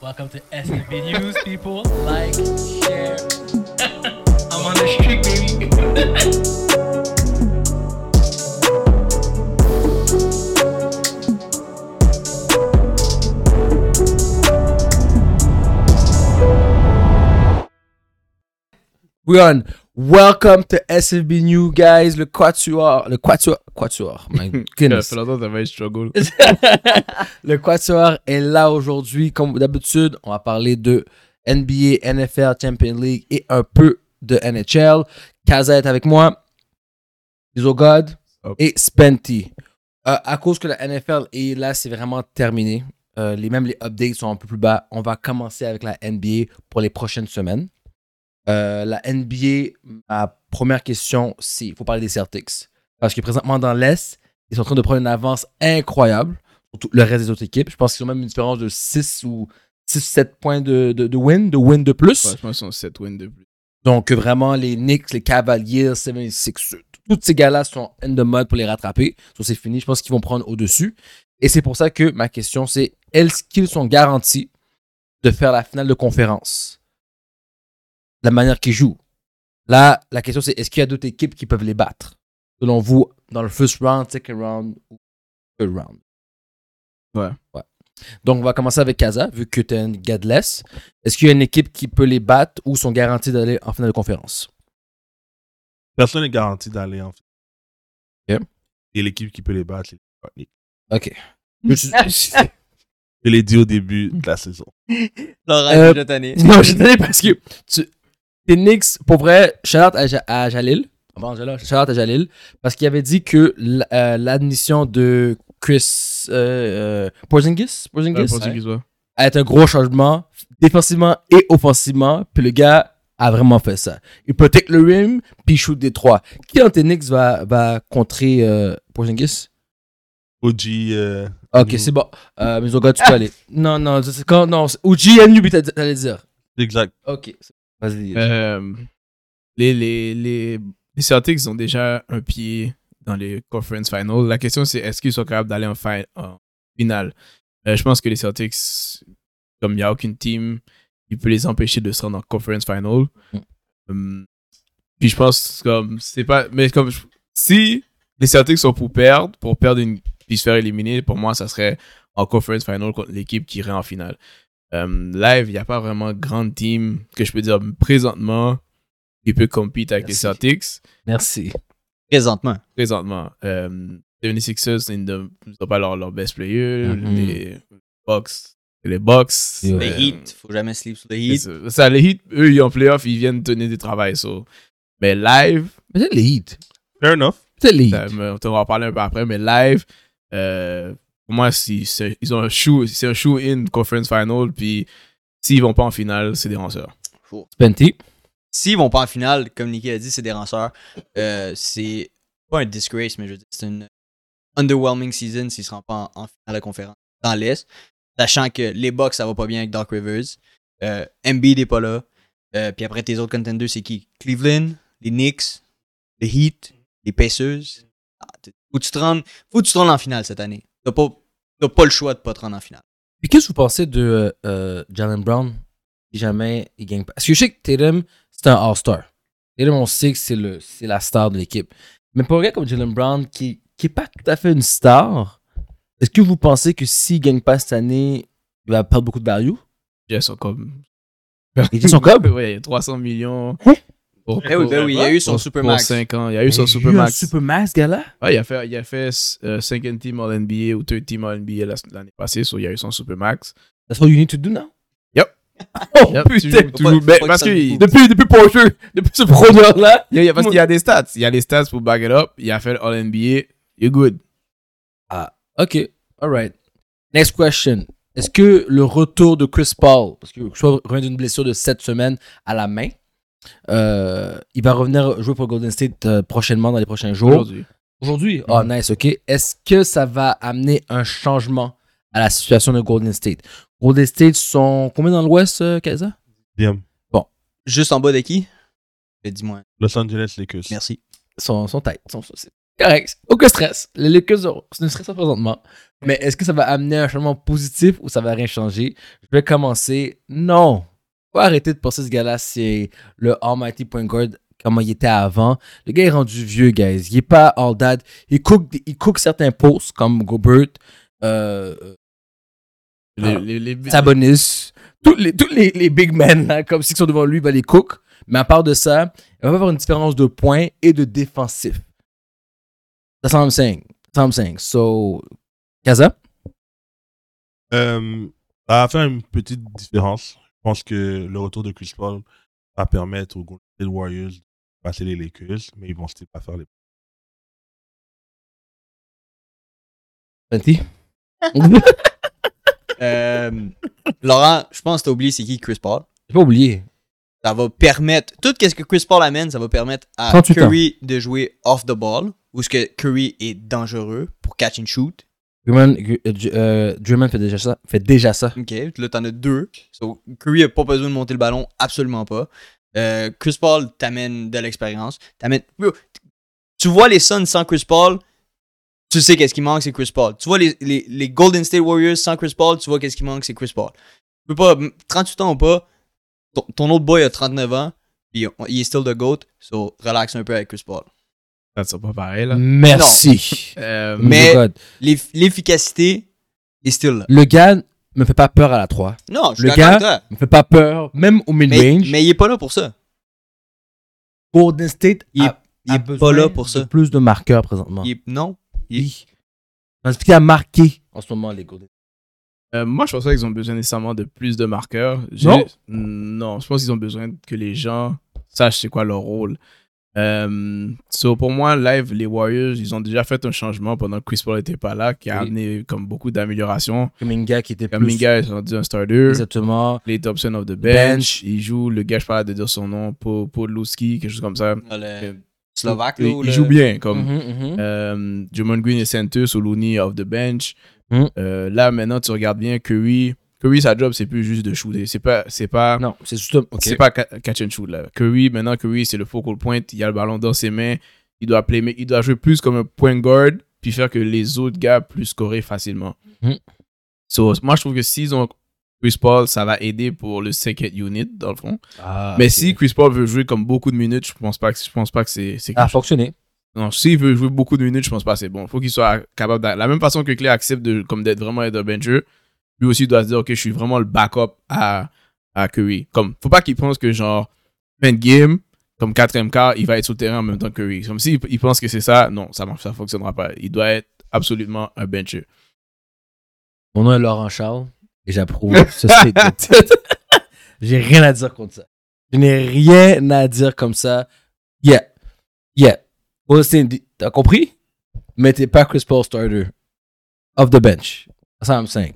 Welcome to SFB News, people. Like, share. I'm on the street, baby. We on. Welcome to SFB New Guys, le quatuor, le quatuor, quatuor, my goodness. longtemps t'avais un struggle. le quatuor est là aujourd'hui. Comme d'habitude, on va parler de NBA, NFL, Champions League et un peu de NHL. Kaza est avec moi, Isogod Hop. et Spenty. Euh, à cause que la NFL est là, c'est vraiment terminé. Euh, les, même les updates sont un peu plus bas. On va commencer avec la NBA pour les prochaines semaines. Euh, la NBA, ma première question, c'est il faut parler des Celtics. Parce que présentement, dans l'Est, ils sont en train de prendre une avance incroyable pour tout le reste des autres équipes. Je pense qu'ils ont même une différence de 6 ou 6-7 points de, de, de win, de win de plus. Franchement, ils sont 7 wins de plus. Donc, euh, vraiment, les Knicks, les Cavaliers, 76ers, tous ces gars-là sont in the mode pour les rattraper. So, c'est fini. Je pense qu'ils vont prendre au-dessus. Et c'est pour ça que ma question, c'est est-ce qu'ils sont garantis de faire la finale de conférence De La manière qu'ils jouent. Là, la question, c'est est-ce qu'il y a d'autres équipes qui peuvent les battre Selon vous, dans le first round, second round ou third round Ouais. Donc, on va commencer avec Kaza, vu que tu es un gars de l'Est. Est-ce qu'il y a une équipe qui peut les battre ou sont garantis d'aller en finale de conférence Personne n'est garanti d'aller en fait. Ok. Et l'équipe qui peut les battre, les Courtney. Ok. Je- Je l'ai dit au début de la saison. Laura, Euh, je tanné. non, je t'ai parce que tu, tes Knicks, pour vrai, shout out à, Ja- à Jalil. Bon, Angela, shout out à Jalil. Parce qu'il avait dit que l- euh, l'admission de Chris euh, euh, Porzingis, Porzingis, a été un gros changement défensivement et offensivement. Puis le gars a vraiment fait ça. Il protège le rim, puis il shoot des trois. Qui en Knicks va, va contrer euh, Porzingis? OG, euh, Ok, Mm. c'est bon. Euh, mais au gars, tu peux aller. Non, non, c'est quand. Non, c'est- ou GNU, t'allais t'allais dire. exact. Ok. c'est- Vas-y. Euh, les, les, les, les Celtics ont déjà un pied dans les conference finals. La question, c'est est-ce qu'ils sont capables d'aller en, fin- en finale Euh, Je pense que les Celtics, comme il n'y a aucune team qui peut les empêcher de se rendre en conference final. Mm. Euh, puis je pense, comme, c'est pas. Mais comme, je- si les Celtics sont pour perdre, pour perdre une, puis se faire éliminer, pour moi, ça serait en conference final contre l'équipe qui irait en finale. Euh, live, il n'y a pas vraiment grande team que je peux dire présentement qui peut compete avec Merci. les Celtics. Merci. Présentement. Présentement, euh, les Sixers ils ne sont pas leur, leur best player. Mhm. Les Bucks, les Bucks. Yeah. Le euh, Heat, faut jamais sleep sur le c'est Heat. Ça, Ça, les Heat, eux, ils en playoff, ils viennent donner du travail. so. Mais live, Peut-être les hits. Fair enough. Peut-être les ça, hits. mais on va en parler un peu après, mais live, euh, pour moi, si, c'est- ils ont un shoe, c'est un shoe in conference final, puis s'ils vont pas en finale, c'est des ranceurs. Faut- Spenty. S'ils vont pas en finale, comme Nicky a dit, c'est des ranceurs. Euh, c'est pas un disgrace, mais je veux dire, c'est une underwhelming season s'ils ne seront pas en, en finale de conférence dans l'Est. Sachant que les Bucks, ça va pas bien avec Doc Rivers. Euh, Embiid n'est pas là. Euh, puis après, tes autres contenders, c'est qui Cleveland, les Knicks, les Heat, les Pacers. Ah, t- faut, que tu te rendes, faut que tu te rendes en finale cette année. T'as pas, t'as pas le choix de pas te rendre en finale. Puis qu'est-ce que vous pensez de euh, euh, Jalen Brown si jamais il gagne pas Parce que je sais que Tatum, c'est un All-Star. Tatum, on sait que c'est le- c'est la star de l'équipe. Mais pour un gars comme Jalen Brown, qui n'est pas tout à fait une star, est-ce que vous pensez que s'il ne gagne pas cette année, il va perdre beaucoup de value Ils sont comme. Il dit son cob Ouais, il y a 300 millions. Hein? Pour, Eh Eh oui, ben oui, il y a eu son pour- Supermax. Pour 5 ans. Il y a eu son Supermax. Supermax, gars-là Ouais, Ah, il a fait, il a fait 5 team all NBA ou 3 team all NBA la- l'année passée. so il y a eu son Supermax. That's what you need to do now. Yep. Oh Yep, putain. toujours- toujours- pas- ben, pas Parce que que ça nous il- Depuis, depuis Porter, depuis ce preneur-là. il y a- parce qu'il y a des stats. Il y a des stats pour back it up. Il a fait all NBA. You're good. Ok, alright. Next question. Est-ce que le retour de Chris Paul, parce que je crois qu'il revient d'une blessure de 7 semaines à la main, euh, il va revenir jouer pour Golden State euh, prochainement, dans les prochains jours. Aujourd'hui. Aujourd'hui. Oh, nice, ok. Est-ce que ça va amener un changement à la situation de Golden State Golden State sont combien dans l'Ouest, euh, Kaza Damn. Juste en bas de qui Eh, Dis-moi. Los Angeles Lakers. Merci. son, son tête. Son, son- c'est correct. Aucun stress. Les Lakers ont- ne stressent pas présentement. Mais est-ce que ça va amener un changement positif ou ça va rien changer? Je vais commencer. Non! Faut arrêter de penser ce gars-là, c'est le Almighty Point Guard, comment il était avant. Le gars est rendu vieux, guys. Il est pas all that. Il cook, des- il cook certains posts comme Gobert, euh, Les, les, les- Sabonis, tous les, tous les, les big men, là, comme ceux qui sont devant lui, va les cook. Mais à part de ça, il va avoir une différence de points et de défensif. That's what I'm saying. That's what I'm saying. So, Kaza? Euh, ça va faire une petite différence. Je pense que le retour de Chris Paul va permettre aux Golden State Warriors de passer les Lakers, mais ils vont still pas faire les. Fenty? Euh, Laurent, je pense que t'as oublié c'est qui Chris Paul. J'ai pas oublié. Ça va permettre, tout ce que Chris Paul amène, ça va permettre à 38 ans. Curry de jouer off the ball, où ce que Curry est dangereux pour catch and shoot. Drummond, euh, Dr- euh, Drummond fait déjà ça. Fait déjà ça. Ok, là t'en as deux. So, Curry a pas besoin de monter le ballon, absolument pas. Euh, Chris Paul t'amène de l'expérience. T'amène... Yo, Tu vois les Suns sans Chris Paul, tu sais qu'est-ce qui manque, c'est Chris Paul. Tu vois les, les- les Golden State Warriors sans Chris Paul, tu vois qu'est-ce qui manque, c'est Chris Paul. Tu peux pas, m- 38 ans ou pas, ton, ton autre boy a 39 ans, puis on- il est still the GOAT, so relax un peu avec Chris Paul. Ça, c'est pas pareil, là. Merci. Euh, Mais- Oh my God. L'eff- L'efficacité est still là. Le gars me fait pas peur à la 3. Non, je suis Le d'accord gars- avec toi. Me fait pas peur, même au Mais, mid-range. mais il est pas là pour ça. Golden State Il- a, Il a est besoin pas là pour de ça. plus de marqueurs présentement. Il est- non. il- Oui. Parce qu'il a marqué en ce moment les Golden Euh, moi, je pense pas qu'ils ont besoin nécessairement de plus de marqueurs. J'ai- Non? Non, je pense qu'ils ont besoin que les gens sachent c'est quoi leur rôle. Euh, so, pour moi, live, les Warriors, ils ont déjà fait un changement pendant que Chris Paul n'était pas là, qui a Oui. amené comme beaucoup d'améliorations. Kaminga qui était plus Kaminga est rendu un starter. exactement Les Thompson of the Bench. bench. Il joue, le gars, je parle de dire son nom, Po- Podlowski, quelque chose comme ça. Ah, Le Slovaque, il, là, il ou le- joue bien. Comme, Mhm, mhm. euh, Draymond Green et Santos ou Looney off the bench. Mm. Euh, là, maintenant, tu regardes bien Curry. Curry, sa job, c'est plus juste de shooter. C'est pas, c'est pas, Euh, non c'est juste ok c'est pas ca- catch and shoot. Là. Curry, maintenant, Curry, c'est le focal point. Il a le ballon dans ses mains. Il doit, play, mais il doit jouer plus comme un point guard puis faire que les autres gars puissent scorer facilement. Mm. So, moi, je trouve que s'ils ont Chris Paul, ça va aider pour le second unit, dans le fond. Ah, mais ok. si Chris Paul veut jouer comme beaucoup de minutes, je pense pas que, je pense pas que c'est c'est ça a quelque fonctionné non, s'il veut jouer beaucoup de minutes, je pense pas que c'est bon. Faut qu'il soit capable de la même façon que Clay accepte de comme d'être vraiment un bencher, lui aussi il doit se dire OK, je suis vraiment le backup à à Curry. Comme faut pas qu'il pense que genre fin de game comme quatrième quart, il va être sur le terrain en même temps que Curry. Comme s'il il pense que c'est ça, non, ça marche, ça fonctionnera pas. Il doit être absolument un bencher. mon nom est Laurent Charles et j'approuve ce statement j'ai rien à dire contre ça je n'ai rien à dire comme ça yeah yeah Austin t'as compris mais t'es pas Chris Paul starter off the bench that's what I'm saying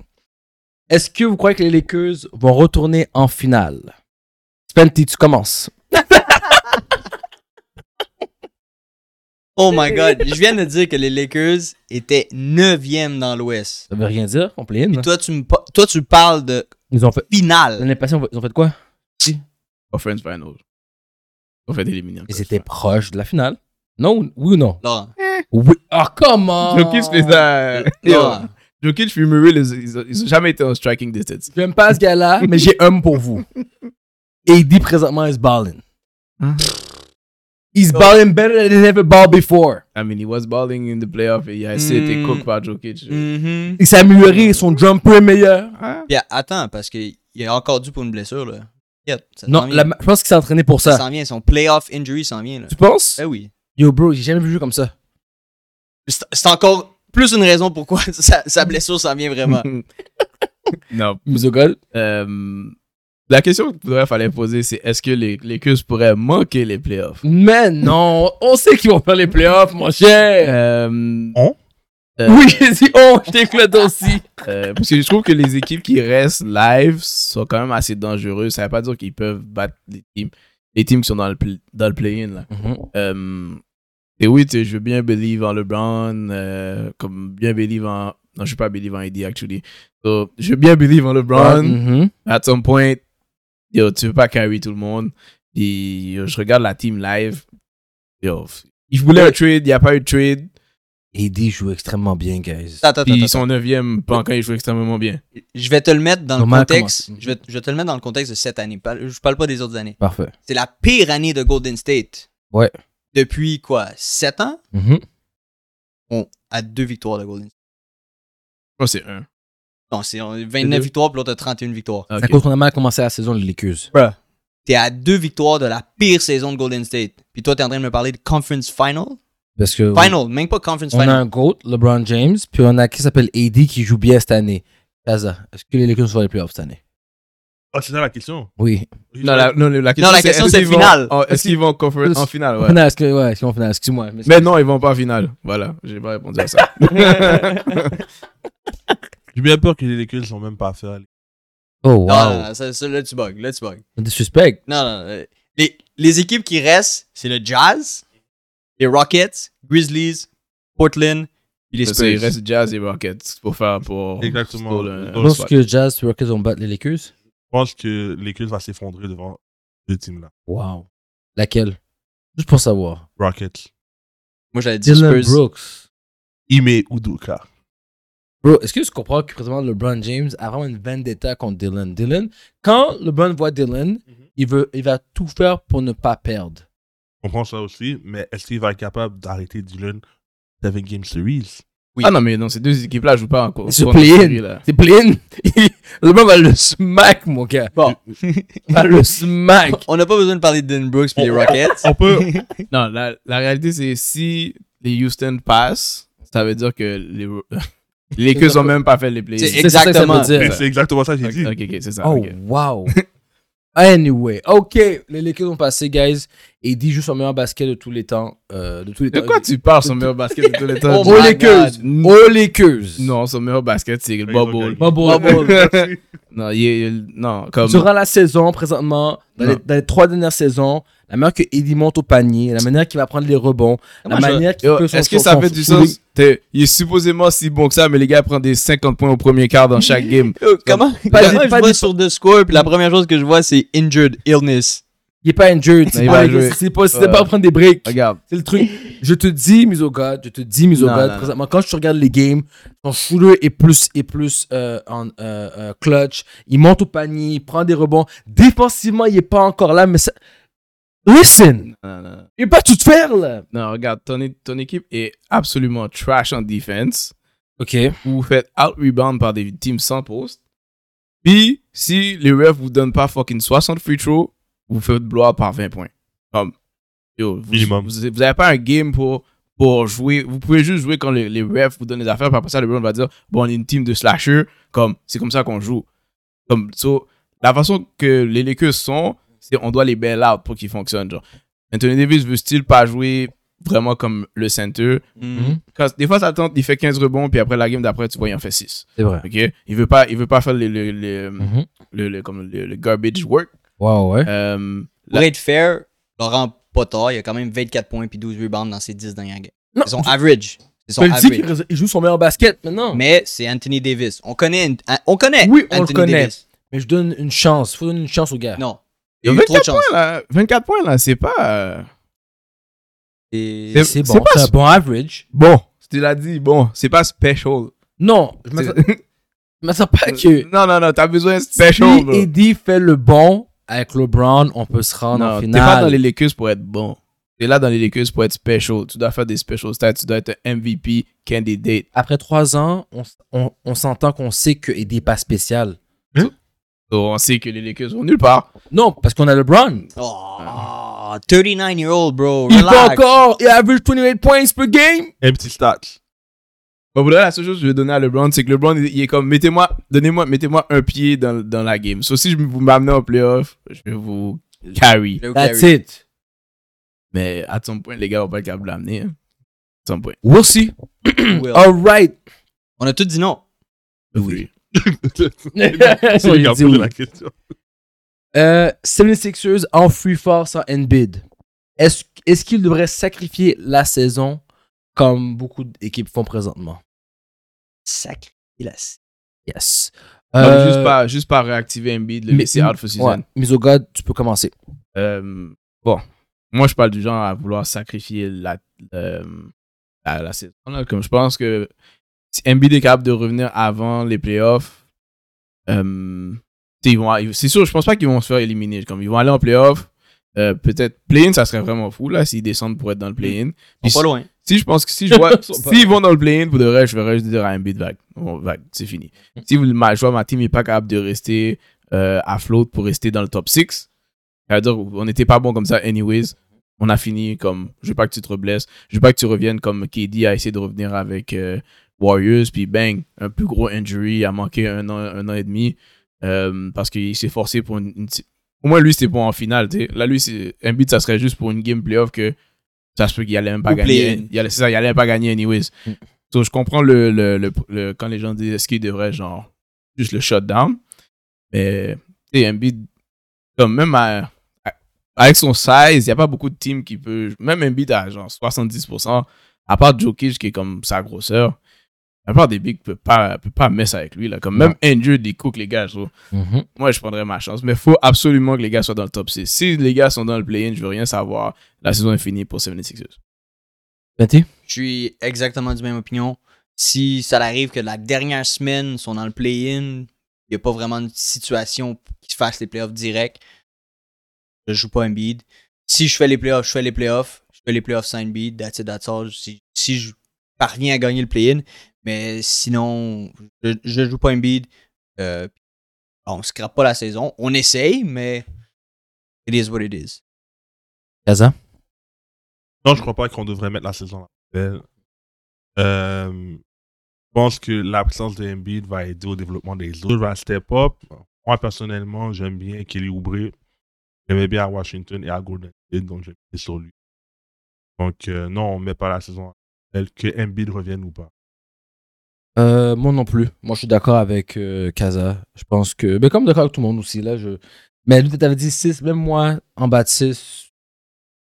est-ce que vous croyez que les Lakers vont retourner en finale Spenty tu commences Oh my god, je viens de dire que les Lakers étaient 9e dans l'Ouest. Ça veut rien dire, on play in. Puis toi tu, me pa- toi, tu parles de Ils ont fait. finale. L'année passée, on- ils ont fait quoi Offense final. On fait éliminer. en Ils conf. étaient proches de la finale. Non, oui ou non Laurent. Oui. Oh, comment Jokic les a Oh. Laurent. Jokic puis Murray, les- ils ont- ils ont jamais été en striking distance. J'aime pas ce gars-là, mais j'ai un pour vous. Et il dit présentement, he's balling. Hein? He's balling better than he's ever balled before. I mean, he was balling in the playoff et il a essayé d'être Mm. cook par Jokic. Mhm. Il s'est amélioré, son jumper est meilleur. Ah. Puis attends, parce qu'il est encore dû pour une blessure. Là. Yep, ça s'en Non, vient. la- je pense qu'il s'est entraîné pour ça ça. s'en vient. Son playoff injury s'en vient. Là. Tu penses Ben oui. Yo, bro, j'ai jamais vu jouer comme ça. C'est c'est encore plus une raison pourquoi sa, sa blessure s'en vient vraiment. non. Mais au goal. Euh, la question qu'il faudrait- fallait poser, c'est est-ce que les, les Cubs pourraient manquer les playoffs Mais non, on sait qu'ils vont faire les playoffs, mon cher. Euh, On? euh, Oui, j'ai dit, oh, je t'éclate aussi. euh, parce que je trouve que les équipes qui restent live sont quand même assez dangereuses. Ça veut pas dire qu'ils peuvent battre les teams, les teams qui sont dans le, pl- dans le play-in. Là. Mm-hmm. Euh, et oui, tu sais, je veux bien believe en LeBron, euh, comme bien believe en. Non, je ne pas believe en AD, actually. So, je veux bien believe en LeBron. Mhm. à some point, yo, tu peux pas carry tout le monde. Puis yo, je regarde la team live. Yo, f- ils voulaient un trade, il n'y a pas eu de trade. AD joue extrêmement bien, guys. Attends, attends, Puis attends, son neuvième, pas encore, il joue extrêmement bien. attends. Je vais te le mettre dans le Comment contexte. commencer? Je vais, je vais te le mettre dans le contexte de cette année. Pas- Je parle pas des autres années. Parfait. C'est la pire année de Golden State. Ouais. Depuis quoi 7 ans Mhm. On a deux victoires de Golden State. Oh, Je pense que c'est un. Non, c'est on- C'est 29 deux. victoires, puis l'autre a 31 victoires. C'est à Ok. cause qu'on a mal commencé la saison de Lakers. T'es à deux victoires de la pire saison de Golden State. Puis toi, t'es en train de me parler de Conference Final Parce que Final, même pas Conference on a Final. un GOAT, LeBron James, puis on a qui s'appelle AD qui joue bien cette année. Kaza, est-ce que les Lakers vont les playoffs cette année? Ah, c'est ça la question. Oui. Non, la, non, la question, Non, la question, est-ce c'est qu'ils vont- finale. en- Est-ce qu'ils vont en, conférence- en finale, ouais. Non, est-ce que, ouais, est-ce qu'on finale? Excuse-moi. mais- Mais non, ils vont pas en finale. Voilà, j'ai pas répondu à ça. J'ai bien peur que les Lakers ne sont même pas faire. Oh, Non, non, wow. non, Ah, ça- ça, là, tu bugs. Là, tu bugs. Des suspects. Non, non, non. Les, les équipes qui restent, c'est le Jazz, les Rockets, Grizzlies, Portland, puis les Parce qu'il Spurs. reste Jazz et Rockets pour faire pour. Exactement. pour le- Dans Je le pense spot. que Jazz et Rockets vont battre les Lakers. Je pense que les Lakers va s'effondrer devant ce team-là. Wow. Laquelle? Juste pour savoir. Rockets. Moi, j'allais dire Dylan Spurs. Brooks. Ime Udoka. Bro, est-ce que tu comprends que présentement LeBron James a vraiment une vendetta contre Dylan? Dylan, quand LeBron voit Dylan, il, veut, il va tout faire pour ne pas perdre. Je comprends ça aussi, mais est-ce qu'il va être capable d'arrêter Dylan 7 Game Series Ah non, mais non, ces deux équipes-là jouent pas encore. C'est play-in. C'est plein. LeBron va le smack, mon gars. Bon, Va le smack. on n'a pas besoin de parler de Dylan Brooks puis les Rockets. On peut. Non, la, la réalité, c'est si les Houston passent, ça veut dire que les, les Lakers ont même pas fait les plays. C'est C'est ça que ça veut exactement. dire. Mais c'est exactement ça que j'ai Ok, dit. ok, ok, c'est ça. Oh, ok. wow. Anyway, ok, les Lakers ont passé, guys. Et dit joue son meilleur basket de tous les temps. euh, de tous les De temps. quoi tu parles, son meilleur basket de tous les temps? Oh my Lakers. God. Oh, Lakers. Non, son meilleur basket, c'est Ok, Bubble. ok. Bubble. Non, il est- il- non, comme. Durant la saison, présentement, dans les, Non. dans les trois dernières saisons, la manière que Eddie monte au panier, la manière qu'il va prendre les rebonds, la Moi, je- manière qu'il Yo, peut son- Est-ce que son- ça son- fait du son- sens? T'es- Il est supposément si bon que ça, mais les gars prennent des 50 points au premier quart dans chaque game. Euh, Yo, Comment, Pas comment des- je pas vois des- sur The Score, puis la première chose que je vois, c'est Injured Illness. Il est pas injured. il C'est va pas, jouer. c'est pas, c'est Ouais. pas à prendre des breaks. Regarde. C'est le truc. Je te dis, mise au God, je te dis, mise au Non, God, non, présentement, quand tu regardes les games, son shooter est plus et plus euh, en euh, euh, clutch. Il monte au panier, il prend des rebonds. Défensivement, il est pas encore là, mais ça. Listen! Non, non, non. Il peut pas tout faire, là! Non, regarde, ton, é- ton équipe est absolument trash en defense. Ok. Vous vous faites out-rebound par des teams sans poste. Puis, si les refs vous donnent pas fucking 60 free throws, vous faites blowout par 20 points. Comme, yo, vous, Minimum. vous, vous avez pas un game pour, pour jouer. Vous pouvez juste jouer quand les, les refs vous donnent les affaires. Puis après ça, le LeBron va dire, bon, on est une team de slasher. Comme, c'est comme ça qu'on joue. Comme, so, la façon que les Lakers sont, c'est on doit les bail out pour qu'ils fonctionnent. Genre. Anthony Davis veut-il pas jouer vraiment comme le center? Hmm. Quand- des fois, ça tente, il fait 15 rebonds, puis après la game d'après, tu vois, il en fait 6. C'est vrai. OK? Il veut pas, il veut pas faire le, le, le, Mhm. le- le- comme le- le garbage work. Wow, ouais. Euh, Pour être fair, Laurent Potard, il a quand même 24 points puis 12 rebounds dans ses 10 dernières games. Non, Ils sont average. Ils sont Tu le dis average. qu'il joue son meilleur basket maintenant. Mais, Ah, Mais c'est Anthony Davis. On connaît, on connaît Oui, on le Anthony connaît. Davis. je donne une chance. Faut donner une chance au gars. Non. Il y a Il y a eu trop de 24 chance. points, là, 24 points, là, c'est pas. euh, Et- C'est- C'est bon. pas C'est un sp- bon average. Bon, tu l'as dit, bon, c'est pas special. Non, je m'attends- C'est- je m'attends pas que. Non, non, non, t'as besoin de Si special. bro. Eddie fait le bon avec LeBron, on peut se rendre en Non, t'es finale. pas dans les Lakers pour être bon. T'es là dans les Lakers pour être special. Tu dois faire des special stats. Tu dois être un MVP candidate. Après trois ans, on, s- on- on s'entend qu'on sait que Eddie n'est pas spécial. Donc, on sait que les Lakers vont nulle part. Non, parce qu'on a LeBron. Oh, 39-year-old, bro. Il peut Relax. encore, il average 28 points per game. Empty stats. Bon, pour le reste, la seule chose que je vais donner à LeBron, c'est que LeBron, il il est comme, mettez-moi, donnez-moi, mettez-moi un pied dans, dans la game. Sauf si je- vous m'amenez en playoff, je vais vous carry. Le That's carry. it. Mais à son point, les gars, on va pas être capable de l'amener. hein. À son point. We'll see. Will. All right. On a tout dit non. Oui. C'est lui qui a Il dit posé oui. la question. Euh, 76ers en free force en Embiid. Est-ce est qu'ils devraient sacrifier la saison comme beaucoup d'équipes font présentement? Sacré la Yes. Donc, Euh, juste, pas, juste pas réactiver Embiid, le mais- laisser out for season. ouais, Mise au God, tu peux commencer. Euh, bon, moi je parle du genre à vouloir sacrifier la, euh, la à la saison. là. Comme je pense que si Embiid est capable de revenir avant les playoffs, euh, t'sais, ils vont- ils- c'est sûr, je pense pas qu'ils vont se faire éliminer. Comme ils vont aller en playoffs, euh, peut-être play-in, ça serait vraiment fou là s'ils descendent pour être dans le play-in. Ils Puis sont pas loin. si je pense que si je vois, Ils sont pas- s'ils vont dans le play-in, pour de vrai, je verrais juste dire à Embiid vague. Bon, vague, c'est fini. Si vous, ma, je vois ma team n'est pas capable de rester euh, à float pour rester dans le top 6, ça veut dire on n'était pas bon comme ça anyways. On a fini comme, je veux pas que tu te blesses, je veux pas que tu reviennes comme KD a essayé de revenir avec euh, Warriors, puis bang, un plus gros injury, il a manqué un an, un an et demi euh, parce qu'il s'est forcé pour une, une petite- Au moins, lui, c'était pour en finale. tu sais. Là, lui, c'est- Embiid, ça serait juste pour une game playoff que ça se peut qu'il allait même pas Ou play-in. gagner. Il allait, c'est ça, il allait même pas gagner anyways. Mm. So, je comprends le, le- le- le- quand les gens disent est-ce qu'il devrait genre juste le shutdown. Mais tu sais, Embiid, comme même à- à- avec son size, il n'y a pas beaucoup de teams qui peut. Même Embiid à genre 70%, à part Jokic qui est comme sa grosseur, la part des bigs peut pas, peut pas mess avec lui. Là. Comme même injured, il cook les gars. je trouve Mhm. moi, je prendrais ma chance. Mais il faut absolument que les gars soient dans le top 6. Si les gars sont dans le play-in, je veux rien savoir. La saison est finie pour 76ers. Mathieu? Je suis exactement du même opinion. Si ça arrive que la dernière semaine, ils sont dans le play-in, il n'y a pas vraiment de situation qui se fasse les playoffs direct, je joue pas Embiid. Si je fais les playoffs, je fais les playoffs. Je fais les playoffs sans Embiid, that's it, that's all. Si, si je parviens à gagner le play-in, mais sinon, je, je joue pas Embiid. Euh, on scrape pas la saison. On essaye, mais it is what it is. Gaza? Non, je crois pas qu'on devrait mettre la saison à la poubelle. Euh, je pense que l'absence de Embiid va aider au développement des autres, va step up. Moi, personnellement, j'aime bien Kelly Oubre. J'aimais bien à Washington et à Golden State, donc j'ai mis sur lui. Donc, euh, non, on met pas la saison à la poubelle, que Embiid revienne ou pas. Euh, moi non plus. Moi, je suis d'accord avec euh, Kaza. Je pense que. Mais comme d'accord avec tout le monde aussi, là, je. Mais lui, t'avais dit 6, même moi, en bas de 6,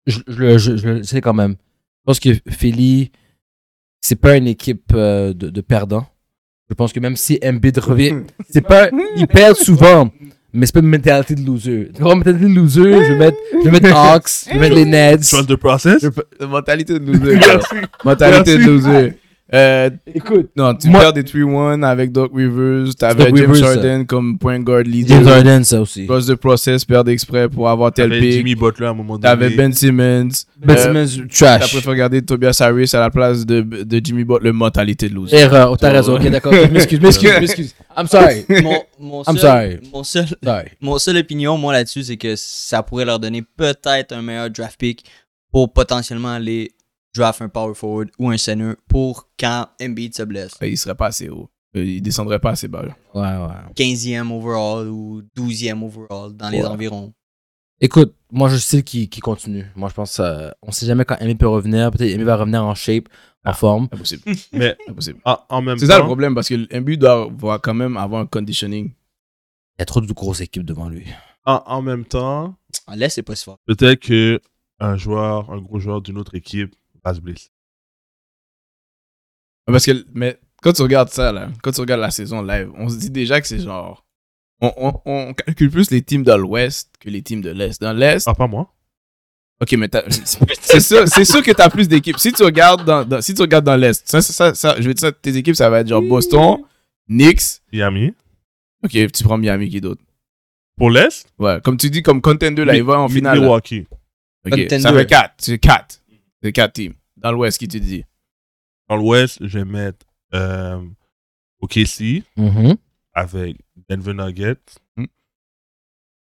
je, je le- je- je le sais quand même. Je pense que Philly, c'est pas une équipe euh, de, de perdants. Je pense que même si Embiid revient, c'est pas. Ils perdent souvent, mais c'est pas une mentalité de loser. Comme mentalité de loser, je vais mettre, je vais mettre Hawks, je vais mettre les Nets. Trust the process. Mentalité de loser. Mentalité de loser. Euh, Écoute, non, tu Moi- perds des 3-1 avec Doc Rivers. T'avais Doc James Rivers, Harden comme point guard leader. James Harden, ça aussi. Cross the process, perdre exprès pour avoir tel T'avais pick. Jimmy Butler à un moment donné. T'avais Ben Simmons. Ben Euh, Simmons, T'as trash. préféré regarder Tobias Harris à la place de, de Jimmy Butler. Mentalité de loser. Erreur, t'as raison, euh, ok, d'accord. Je m'excuse, je m'excuse, je m'excuse. I'm sorry. Mon, mon I'm seul- sorry. Mon seul Sorry. Mon seule opinion, moi, là-dessus, c'est que ça pourrait leur donner peut-être un meilleur draft pick pour potentiellement aller draft un power forward ou un center pour quand Embiid se blesse. Il serait pas assez haut. Euh, Il descendrait pas assez bas. là. Ouais, ouais. 15e overall ou 12e overall dans les Ouais. environs. Écoute, moi je sais qu'il qu'il continue. Moi je pense, euh, on sait jamais quand Amy peut revenir. Peut-être Amy va revenir en shape, en forme. Impossible. Mais Impossible. en, en même Ben- C'est ça le temps, problème parce que Embiid doit avoir quand même avoir un conditioning. Il y a trop de grosses équipes devant lui. en, en même temps, En l'Est, c'est pas si fort. peut-être que un joueur, un gros joueur d'une autre équipe va se blesser. Parce que mais quand tu regardes ça là, quand tu regardes la saison live, on se dit déjà que c'est genre on, on- on calcule plus les teams dans l'Ouest que les teams de l'Est. Dans l'Est, Ah, pas moi. ok, mais t'as- c'est sûr, c'est sûr que t'as plus d'équipes. Si tu regardes dans, dans- si tu regardes dans l'Est, ça, ça, ça, ça- je vais dire ça, tes équipes ça va être genre Boston, Knicks, Yami. ok, tu prends Miami qui d'autre. Pour l'Est, Ouais, comme tu dis comme contender là, il va en Mi- finale. là. Milwaukee. Ok, Contender. Ça fait 4, c'est 4. C'est 4 teams. Dans l'Ouest, qui tu dis Dans l'Ouest, je vais mettre euh, OKC Mhm. avec Denver Nuggets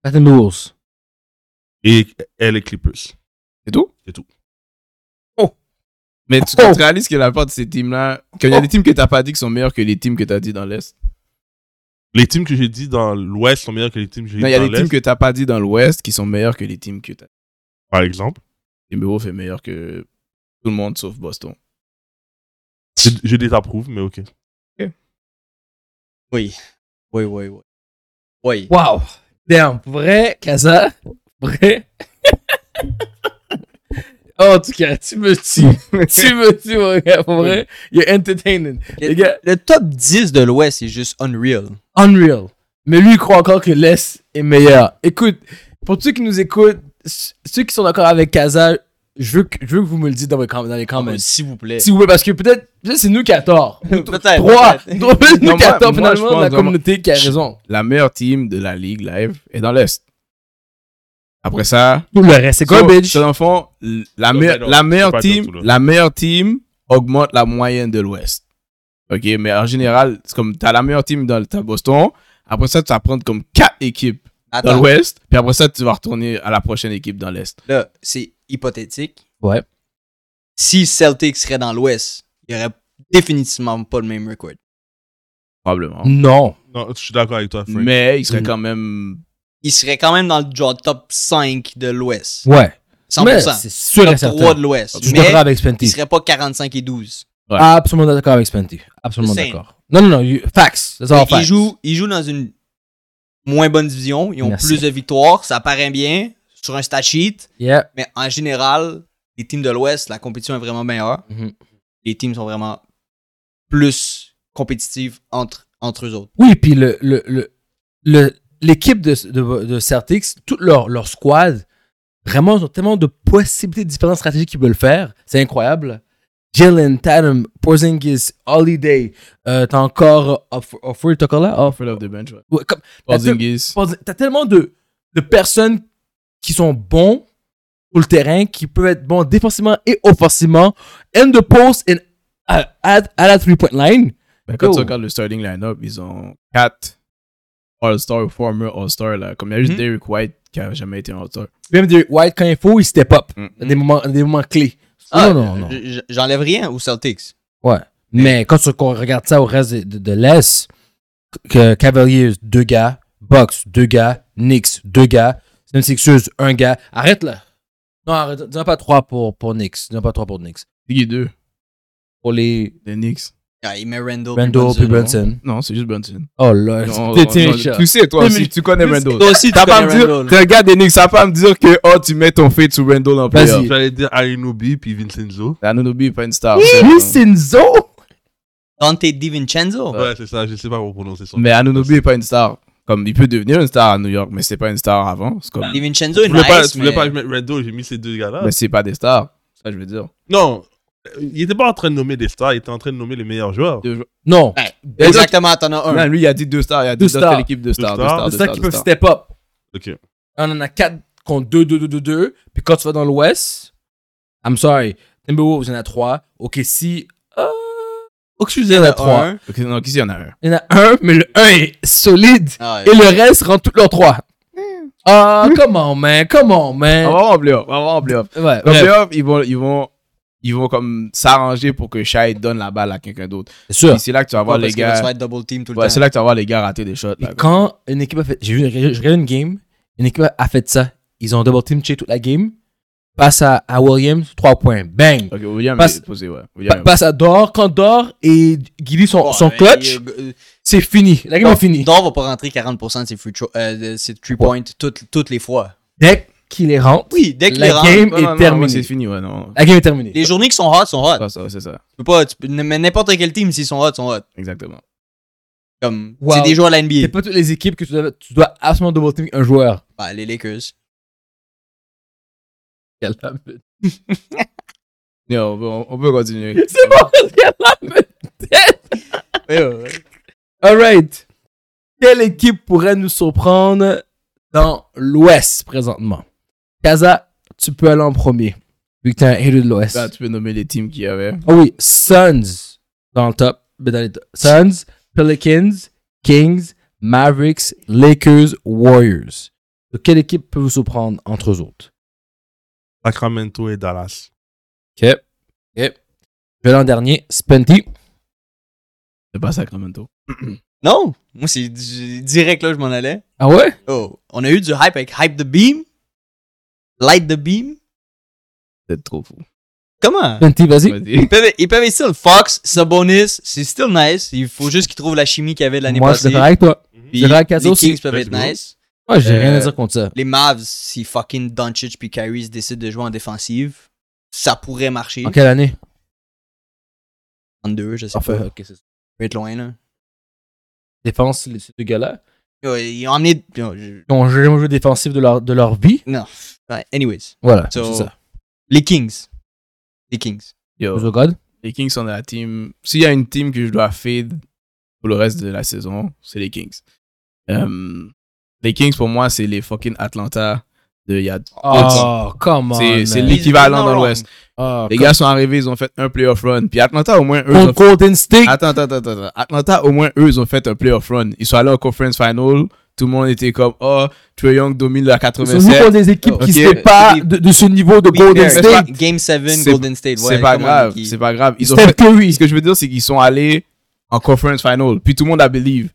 Patton Bulls. et LA Clippers. C'est tout C'est tout. Oh Mais tu Oh. tu réalises que la part de ces teams-là, qu'il y a des teams que t'as pas dit qui sont meilleurs que les teams que t'as dit dans l'Est. Les teams que j'ai dit dans l'Ouest sont meilleurs que les teams que j'ai dit Non, il y a dans des teams l'Est, que t'as pas dit dans l'Ouest qui sont meilleurs que les teams que t'as dit. par exemple. Timberwolves est meilleur que tout le monde sauf Boston. Je, je désapprouve, mais ok. Oui. Oui, oui, oui. Oui. Wow. Damn. Vrai, Kaza. Vrai. Oh, En tout cas, tu me tues. tu me tues, mon gars. Pour vrai, you're entertaining. Le, Les gars- le top 10 de l'Ouest est juste unreal. Unreal. Mais lui, il croit encore que l'Est est meilleur. Écoute, pour ceux qui nous écoutent, c- ceux qui sont d'accord avec Kaza, je veux, que, je veux que vous me le dites dans, vos com- dans les comments. S'il vous plaît. S'il vous plaît, parce que peut-être peut-être c'est nous qui a tort. Peut-être. Trois. peut-être. Donc, c'est Non, nous qui a moi- tort, moi, je finalement, pense la vraiment- communauté qui a raison. La meilleure team de la ligue live est dans l'Est. Après ça, Tout le reste, c'est so, garbage. so, dans le fond, l- la, Non, meilleure- ben non, la, c'est meilleure pas team, dans tout, là. la meilleure team augmente la moyenne de l'Ouest. OK? Mais en général, c'est comme t'as la meilleure team dans le t'as Boston. Après ça, tu vas prendre comme quatre équipes dans Attends, l'Ouest. Puis après ça, tu vas retourner à la prochaine équipe dans l'Est. là, c'est hypothétique. Ouais. Si Celtic serait dans l'Ouest, il n'y aurait définitivement pas le même record. Probablement. Non. Non, je suis d'accord avec toi, Frank. Mais il serait Mm. quand même. Il serait quand même dans le genre top 5 de l'Ouest. Ouais. Mais 100%. c'est sûr et top 3 certain. de l'Ouest. Je suis Mais d'accord avec il Spenty. serait pas 45 et 12. Ouais. Absolument d'accord avec Spenty. Absolument The same. d'accord. Non, non, non. you- Facts. That's all ils, facts. jouent, ils jouent dans une moins bonne division. Ils ont Merci. plus de victoires. Ça paraît bien sur un stat sheet. Yeah. Mais en général, les teams de l'Ouest, la compétition est vraiment meilleure. Mhm. Les teams sont vraiment plus compétitives entre, entre eux autres. Oui, puis le, le, le, le- l'équipe de, de, de Celtics, toute leur, leur squad, vraiment, ils ont tellement de possibilités différentes stratégiques qu'ils veulent faire. C'est incroyable. Jalen, Tatum, Porzingis, Holiday, euh, t'as encore euh, Off- Offrey, t'as encore là? Off- Off of the bench. ouais. ouais, comme- t'as te- Porzingis. Porzing- t'as tellement de, de personnes qui sont bons sur le terrain, qui peuvent être bons défensivement et offensivement, and the post and uh, à, à- à la three-point line. Ben, quand Yo. tu regardes le starting line-up, ils ont 4 All-Star ou former All-Star. là. Comme il y a juste Mhm. Derrick White qui n'a jamais été un All-Star. Même des White, quand il faut, il step up. Mm. Des, moments, des moments clés. Ah, non, non, non. je- je- J'enlève rien aux Celtics. Ouais. Mais quand tu qu'on regarde ça au reste de, de- de l'Est, que Cavaliers, deux gars, Bucks, deux gars, Knicks, deux gars, 76ers, un gars. Arrête là. Non, arrête. Dis-en pas trois pour, pour Knicks. Dis-en pas trois pour Knicks. C'est qui les deux Pour les Les Knicks Ah, il met Randall. puis Randall Brunson, puis non? Brunson. Non, c'est juste Brunson. Oh là, Non, t'es non, t'es non, méchant. tu sais, toi T'es aussi, méchant. tu connais T'es Randall. Toi aussi, tu T'as pas à me connais dire, Randall. regarde les Knicks, t'as pas à me dire que oh, tu mets ton fait sur Randall en Vas-y. playoff. J'allais dire Ainubi puis Vincenzo. Anunobi est pas une star. c'est- Oui, Sinzo! Dante DiVincenzo. Ouais, c'est ça, je sais pas comment prononcer son Mais Anunobi est pas une star. Comme il peut devenir une star à New York, mais c'est pas une star avant. C'est comme. DiVincenzo est Tu voulais, nice, pas, tu voulais mais- pas que je mette Randall, j'ai mis ces deux gars-là. Mais c'est pas des stars. Ça, je veux dire. Non, euh, il était pas en train de nommer des stars, il était en train de nommer les meilleurs joueurs. Deux- Non. Ouais, Ben, Exactement, t'en as Non, un. lui, il a dit deux stars. Il a dit Deux deux stars. stars. l'équipe deux stars. Deux stars. stars. C'est Deux ça stars. qui deux peuvent stars. step up. Ok. On en a 4 contre 2, 2, 2, 2, 2. Puis quand tu vas dans l'Ouest, I'm sorry, Timberwolves, il y en a 3. OK, si. Euh, excusez, il y en a 3. Un. Ok, Donc ici, il y en a un. Il y en a 1, mais le 1 est solide. Ah, Et le reste rentre toutes leurs 3. Ah, come on, man. Come on, On va man. voir en playoff. On va voir en playoff. Ouais, En bref, playoff, ils vont, ils vont, ils vont comme s'arranger pour que Shai donne la balle à quelqu'un d'autre. c'est sûr. Puis c'est là que tu vas voir ouais, les parce que là, tu vas gars. être double team tout le Ouais, temps. c'est là que tu vas voir les gars rater des shots. Mais là. quand une équipe a fait. J'ai vu, j'ai regardé une game. Une équipe a fait ça. Ils ont double team check toute la game. Passe à, à Williams, 3 points. Bang. Ok, William Passe- est posé, ouais. Pa- William est- passe à Dor. Quand Dor et Gilly sont, Oh, sont mais- clutch, euh, c'est fini. La game est finie. Dor va pas rentrer 40% de ses free throw- euh, de ses three points toutes, toutes les fois. Dès qu'il les rentre, Oui, dès qu'il la les rentre. game Non, est non, non, ouais, terminée. C'est fini, ouais, non. la game est terminée. Les journées qui sont hot sont hot. Ça, ça, c'est ça. Tu peux pas, tu peux- mais n'importe quel team, s'ils sont hot, sont hot. Exactement. Comme, Wow. c'est des joueurs à la C'est NBA. pas toutes les équipes que tu dois, tu dois absolument double team un joueur. Bah, les Lakers. Quelle lampe. Yo, on, peut, on peut continuer. C'est bon, quelle lampe. Alright. Quelle équipe pourrait nous surprendre dans l'Ouest présentement? Kaza, tu peux aller en premier, vu que t'es un hater de l'Ouest. Là, tu peux nommer les teams qu'il y avait. Ah oui, Suns dans le top. mais dans les to- Suns, Pelicans, Kings, Mavericks, Lakers, Warriors. Donc, quelle équipe peut vous surprendre entre eux autres? Sacramento et Dallas. Ok. Ok. Je vais l'an dernier, Spenty. C'est pas Sacramento. Non, moi, c'est du- direct là, je m'en allais. Ah ouais? Oh, on a eu du hype avec Hype the Beam. Light the Beam. C'est trop fou. Comment? Spenty, vas-y. Ils peuvent, ils peuvent être still Fox, Sabonis, c'est still nice. Il faut juste qu'ils trouvent la chimie qu'il y avait de l'année Moi, je suis passée. d'accord avec toi. Puis, je suis d'accord avec Kazo les aussi. Kings peuvent être Let's go. nice. Moi, j'ai rien à Euh, dire contre ça. Les Mavs, si fucking Doncic puis Kyrie décident de jouer en défensive, ça pourrait marcher. En quelle année? En deux, je sais Enfin, pas. ok, c'est ça. peut être loin, là. Défense, les- ces deux gars-là. Yo, Ils ont emmené. yo, je- Ils ont jamais joué défensif de leur, de leur vie. Non. Ouais, Anyways. Voilà, So, c'est ça. Les Kings. Les Kings. Yo, Who's the God? les Kings sont la team. S'il y a une team que je dois fade pour le reste de la saison, c'est les Kings. Euh, les Kings, pour moi, c'est les fucking Atlanta de il y a Oh, come on. C'est- c'est man. les- L'équivalent dans Non, l'Ouest. Oh, Les come- gars sont arrivés, ils ont fait un playoff run. Puis Atlanta, au moins, eux, ils ont Contre Golden State. Attends, attends, attends, attends. Atlanta, au moins, eux, ils ont fait un playoff run. Ils sont allés en conference final. Tout le monde était comme, oh, Trae Young domine la Ils sont venus 87. contre des équipes qui Ok. n'étaient pas de, de ce niveau de Oui, Golden fair. State. Game 7, C'est- Golden State. C'est ouais, pas come on, grave, Nicky. c'est pas grave. Ils ont Steph fait- Ah, Curry. Ce que je veux dire, c'est qu'ils sont allés en conference final. Puis tout le monde a believe.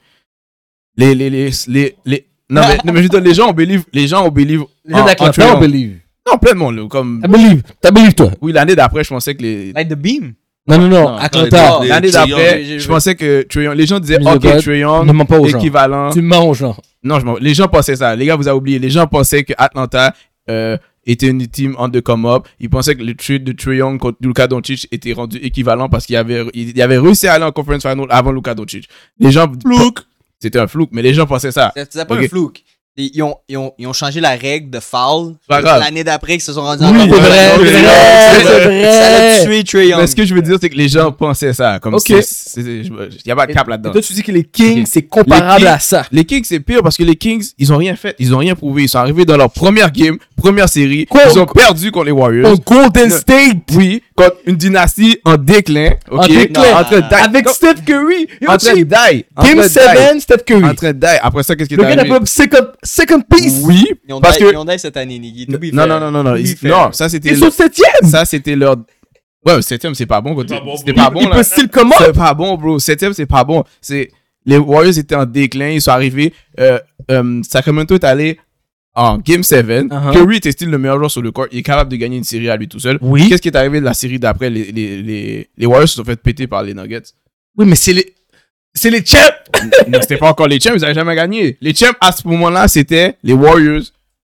Les, les, les, les, les- Non, mais, non, mais je veux dire, les gens ont believe. Les gens ont believe. Les gens en- en Trae d'Atlanta, Young. on believe. Non, plein de monde. là, Comme... T'as believe. T'as believe, toi. Oui, l'année d'après, je pensais que les. Light the beam. Non, non, non. Non, Atlanta. les- L'année Trae Young, j'ai- j'ai- d'après, je pensais que Trae Young- Les gens disaient, Mise au ok, God. Trae Ne Young, mens pas aux gens. équivalent. Tu mens aux gens. Non, je m'en- les gens pensaient ça. Les gars, vous avez oublié. Les gens pensaient que Atlanta euh, était une team en deux come up. Ils pensaient que le trade de Trae Young contre Luka Doncic était rendu équivalent parce qu'il avait, il, il avait réussi à aller en conference final avant Luka Doncic. Les gens flouk, c'était un flouk, mais les gens pensaient ça. C'est c'est pas Ok. un flou. Ils ils ont, ils, ont, ils ont changé la règle de foul. pas grave. L'année d'après, ils se sont rendus Oui, c'est encore- vrai, c'est non, mais- vrai, c'est Ça vrai. l'a tué, Trae Young. Mais ce que je veux dire, c'est que les gens pensaient ça. Comme Ok. c'est- c'est- c'est- je- Il n'y a pas de cap Et là-dedans. toi, tu dis que les Kings, Ok. c'est comparable Les à ça. Les Kings, c'est pire parce que les Kings, ils ont rien fait. Ils ont rien prouvé. Ils sont arrivés dans leur première game, première série. Quoi? Ils ont perdu contre les Warriors. Contre Golden Non. State. Oui, contre une dynastie en déclin. ok, En déclin. En train de die. Avec Comme- Steph Curry. Yo, en train de chief. die. En train Game de die. 7, Steph Curry. En train de die. Après ça, qu'est-ce qui est Le gars, il a arrivé? pris second, second piece. Oui, Ils ont parce die- que. ils ont die cette année, Niggy. To be Non, fair. non, non, non, non. To be ils- fair. Non, ça c'était. Ils sont septième. Ça c'était leur. Ouais, le septième, c'est pas bon. côté- pas bon, C'était bro. pas bon Il là. peut still comment C'est pas bon, bro. Septième, c'est pas bon. C'est les Warriors étaient en déclin, ils sont arrivés. Euh, euh, Sacramento est allé en Game 7. Uh-huh. Curry était style le meilleur joueur sur le court. Il est capable de gagner une série à lui tout seul. Oui. Qu'est-ce qui est arrivé de la série d'après les, les, les, les Warriors se sont fait péter par les Nuggets. Oui, mais c'est les. C'est les champs. Non, c'était pas encore les champs, ils n'avaient jamais gagné. Les champs à ce moment-là, c'était les Warriors.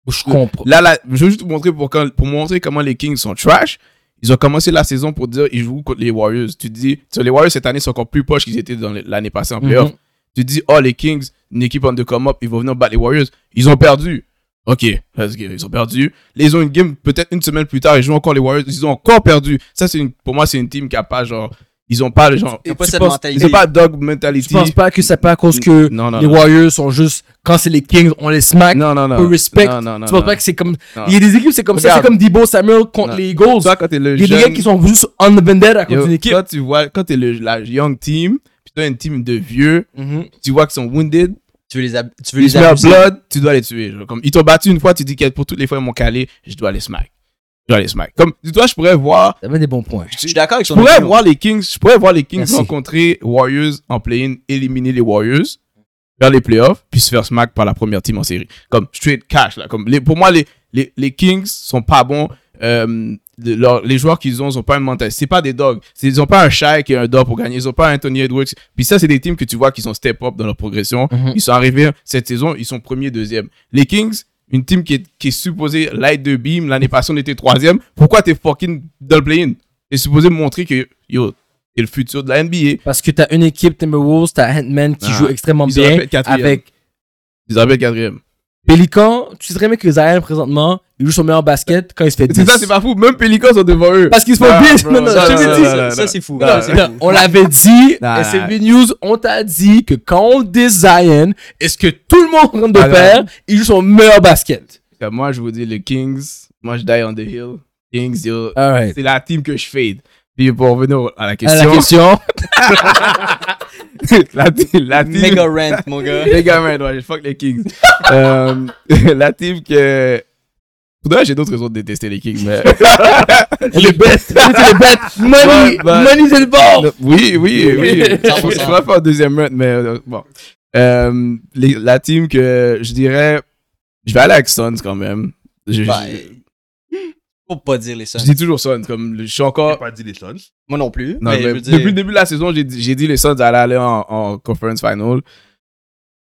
Je comprends. Là, là, je veux juste vous montrer pour, quand- pour montrer comment les Kings sont trash. Ils ont commencé la saison pour dire ils jouent contre les Warriors. Tu te dis, tu sais, les Warriors cette année sont encore plus poches qu'ils étaient dans les- l'année passée en playoff. Mhm. Tu te dis, oh, les Kings, une équipe en deux come up, ils vont venir battre les Warriors. Ils ont perdu. Ok, let's go. ils ont perdu. Là, ils ont une game peut-être une semaine plus tard, ils jouent encore les Warriors, ils ont encore perdu. Ça, c'est une, pour moi, c'est une team qui a pas genre. Ils ont pas le genre. Ils ont pas tu cette penses- mentalité. Ils ont pas dog Je mentality. pense pas que c'est pas à cause que Non, non, les non. Warriors sont juste. Quand c'est les Kings, on les smack. Non, non, non. Peu respect. Non, non, non, Tu penses non. pas que c'est comme. Non. Il y a des équipes, c'est comme ça. C'est Regarde. comme Debo Samuel contre Non. les Eagles. Toi, quand t'es le Il y a jeune. des gars qui sont juste on the vendetta Yo, contre une équipe. Toi, tu vois, quand t'es le, la young team, puis t'as une team de vieux, Mhm. tu vois qu'ils sont wounded, Tu veux les, ab- tu veux ils les sont en abuser. blood, tu dois les tuer. genre. Comme, ils t'ont battu une fois, tu dis que pour toutes les fois, ils m'ont calé, je dois les smack. Je dois les smack. Comme, toi, je pourrais voir, Ça met des bons points. Je suis d'accord avec je son pourrais opinion. voir les Kings, je pourrais voir les Kings Merci. rencontrer Warriors en play-in, éliminer les Warriors, faire les playoffs, puis se faire smack par la première team en série. Comme, straight cash, là. Comme, les- pour moi, les, les, les Kings sont pas bons. Euh, de- leur- les joueurs qu'ils ont, ils ont pas une mentalité. C'est pas des dogs. C'est- Ils ont pas un Shaq et un Dog pour gagner. Ils ont pas un Anthony Edwards. Puis ça, c'est des teams que tu vois qui sont step up dans leur progression. Mhm. Ils sont arrivés cette saison, ils sont premiers, deuxième. Les Kings, une team qui est, qui est supposée light de beam, l'année passée on était troisième. Pourquoi t'es fucking dans le play-in? T'es supposé montrer que yo, t'es le futur de la NBA. Parce que t'as une équipe Timberwolves, t'as Handman qui Ah, joue extrêmement ils auraient bien fait quatrième. avec Ils arrivent quatrième. Pelican. Tu dirais mieux que Zion présentement, il joue son meilleur basket quand il se fait 10. C'est ça, c'est pas fou. Même Pelicans sont devant eux. Parce qu'ils se font Ah, bien. bro, Non, non, ça, je te ça, dis. ça, ça, Ça, c'est fou. Non, Ça, c'est Non, fou. on l'avait dit, Non, SMB News, on t'a dit que quand on dit Zion, est-ce que tout le monde rentre de Alors. pair, il joue son meilleur basket. Comme Moi, je vous dis, les Kings, moi, je die on the hill. Kings, yo, Alright. c'est la team que je fade. Puis pour revenir à la À question, la question, la, team- la team. Mega rant, mon gars. les gars, man, ouais, fuck les Kings. Euh, la team que. Faudrait que j'ai d'autres raisons de détester les Kings, mais. les bêtes, c'est les bêtes, money, Ouais, bah- money c'est le bord. Oui, oui, oui. 100%. Je pourrais faire un deuxième run, mais euh, bon. Euh, les- la team que je dirais. Je vais aller avec Suns quand même. Je, je- Bah, Faut pas dire les je Suns. dis toujours Suns. Comme le- je suis J'ai encore. pas dit les Suns. Moi non plus. Non, mais je mais veux dire- depuis le début de la saison, j'ai dit j'ai dit les Suns allaient aller en, en conference final.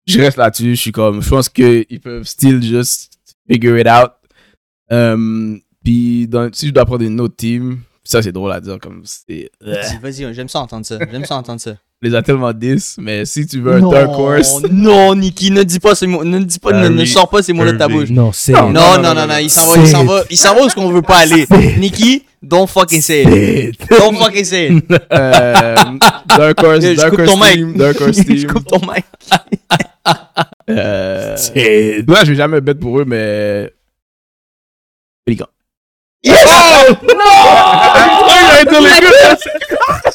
Je reste là-dessus. Je suis comme. Je pense qu'ils peuvent still just figure it out. Euh, Puis dans- si je dois prendre une autre team, ça c'est drôle à dire. Comme c'est. Vas-y, Vas-y, j'aime ça entendre ça. J'aime ça entendre ça. les a tellement 10, mais si tu veux un third course, Ah Non, Nicky, ne dis pas ces mots. Ne, dis pas, ne, ne Harry sors pas ces mots-là de ta Irving. bouche. Non, c'est. Non, non, non, non, il s'en va, il s'en va, il s'en va où est-ce qu'on veut pas aller. Nicky, don't fucking say it. Don't fucking say it. euh, third course, Je third coupe course ton mic. team, third course Je team. coupe ton mic. Euh, Moi, je vais jamais bête pour eux, mais. Pélican. Ah! Oh! Non! j'allais dire les hein. gars!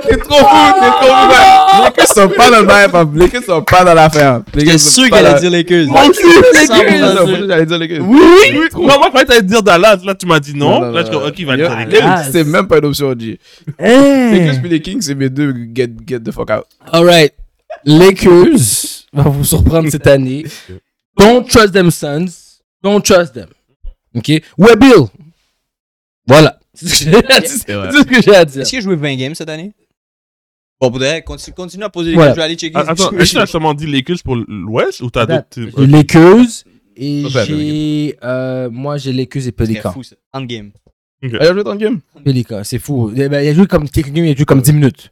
T'es trop fou, t'es trop fou, man. Les gars sont pas dans le bail, pap. Les gars sont pas dans l'affaire. Les gars J'étais sont sûr pas qu'elle allait dans- dire les queues. Moi aussi, les Sans gars! vous Non, moi, J'allais dire les gars. Oui, oui, oui. Non, moi, je pensais que t'allais dire Dallas. Là, tu m'as dit non. ah, Non, non, là, je non, dis, non. ok, il va Yo, dire les les Kings. gars, C'est même pas une option, G. Les Eh. Kings puis les Kings, c'est mes deux get, get the fuck out. Alright. Lakers vont vous surprendre cette année. Don't trust them, sons. Don't trust them. OK? Ouais, Bill. Voilà. C'est ce que j'ai à dire. C'est vrai. C'est ce que j'ai à dire. Est-ce qu'il a joué 20 games cette année? Bon, pour de vrai, continue, continue à poser les Ouais. questions. Je vais aller checker. Ah, Attends, est-ce que t'as seulement dit les Kings pour l'Ouest ou t'as d'autres teams? Les Lakers. Et Ok. j'ai. euh, moi, j'ai Lakers et c'est Pelicans. fou, ça. End game. Elle a joué dans le game? Pelicans, c'est fou. Eh ben, il a joué comme quelques games, il a joué comme 10 minutes.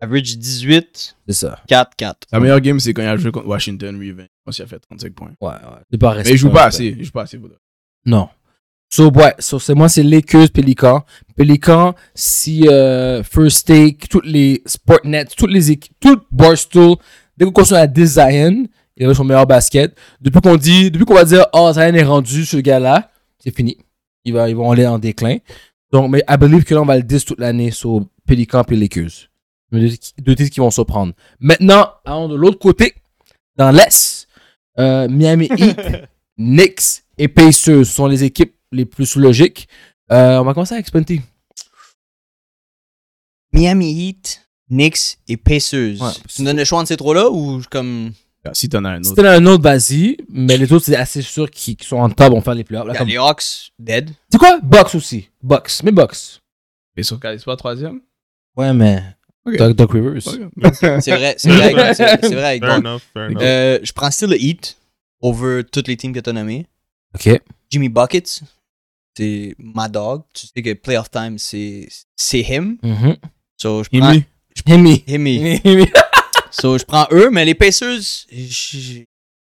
Average 18, C'est ça. 4, 4. La meilleure game, c'est quand il a joué contre Washington, lui, 20. Je pense qu'il a fait 35 points. Ouais, ouais. C'est pas Mais il joue pas assez. Il joue pas assez pour Non. So, ouais, so, c'est moi, c'est Lakers, Pélican. Pélican, si euh, First Take, toutes les Sportnets, toutes les équipes, tout Barstool, dès qu'on sur à Zion, il avait son meilleur basket. Depuis qu'on dit, depuis qu'on va dire, oh, Zion est rendu, ce gars-là, c'est fini. Il va, ils vont aller en déclin. Donc, mais I believe que là, on va le 10 toute l'année sur Pélican et Lakers. Deux titres qui- deux titres qui vont se prendre. Maintenant, allons de l'autre côté, dans l'Est, euh, Miami Heat. Knicks et Pacers sont les équipes les plus logiques. Euh, on va commencer avec Spunty. Miami Heat, Knicks et Pacers. Ouais. tu me donnes le choix entre ces trois-là ou je comme. Si t'en as un autre. C'était un autre, vas-y, mais les autres, c'est assez sûr qu'ils qu'ils sont en table, vont faire les playoffs. là, Regarde, Bah, comme- Les Hawks, dead. C'est quoi Box aussi. Box, mais Box. Mais sur Calais, pas troisième? Ouais, mais. Ok. Doc, Doc Rivers. C'est vrai, c'est vrai, avec- c'est c'est vrai. avec Fair Bond. enough, fair enough. Euh, je prends still le Heat over toutes les teams que t'as nommées. Ok. Jimmy Buckets, c'est ma dog. Tu sais que playoff time, c'est c'est him. Mhm. So, je Il prends lui. Jimmy. him. et- Jimmy. So, je prends eux, mais les Pacers, j-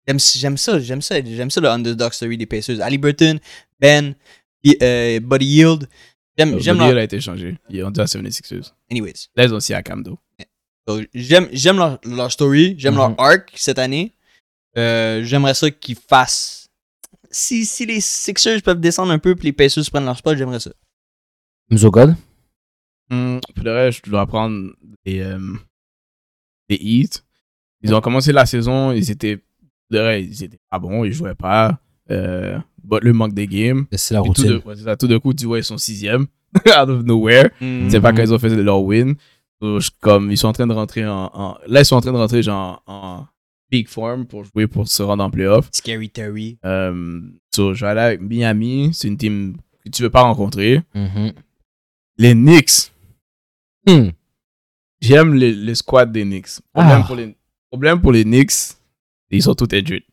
j'aime j'aime ça, j'aime ça, j'aime ça le underdog story des Pacers. Ali Burton, Ben, I- euh, Buddy Yield. J'aime, j'aime Gabriel leur... euh, a été changé. Ils ont dit à 76ers. Anyways, Là, ils ont aussi à Camdo. So, j'aime, j'aime leur, leur story, j'aime Mhm. leur arc cette année. Euh, j'aimerais ça qu'ils fassent... Si, si les Sixers peuvent descendre un peu puis les Pacers prennent leur spot, j'aimerais ça. Mzogod. Pour le reste, je dois prendre les, euh, les Heat. Ils ont commencé la saison, ils étaient, de vrai, ils étaient pas bons, ils jouaient pas. Euh, le manque des games. C'est la Puis tout, de, routine. ouais, c'est ça, tout de coup, tu vois, ils sont sixième. out of nowhere. Hmm. C'est pas quand ils ont fait leur win. So, je- comme ils sont en train de rentrer en, en- Là, ils sont en train de rentrer genre en big form pour jouer pour se rendre en playoff. Scary Terry. Euh, so, je vais aller avec Miami. C'est une team que tu veux pas rencontrer. Mhm. Les Knicks. Hmm. J'aime le, le squad des Knicks. Problème, pour les, problème pour les Knicks, ils sont tous injured.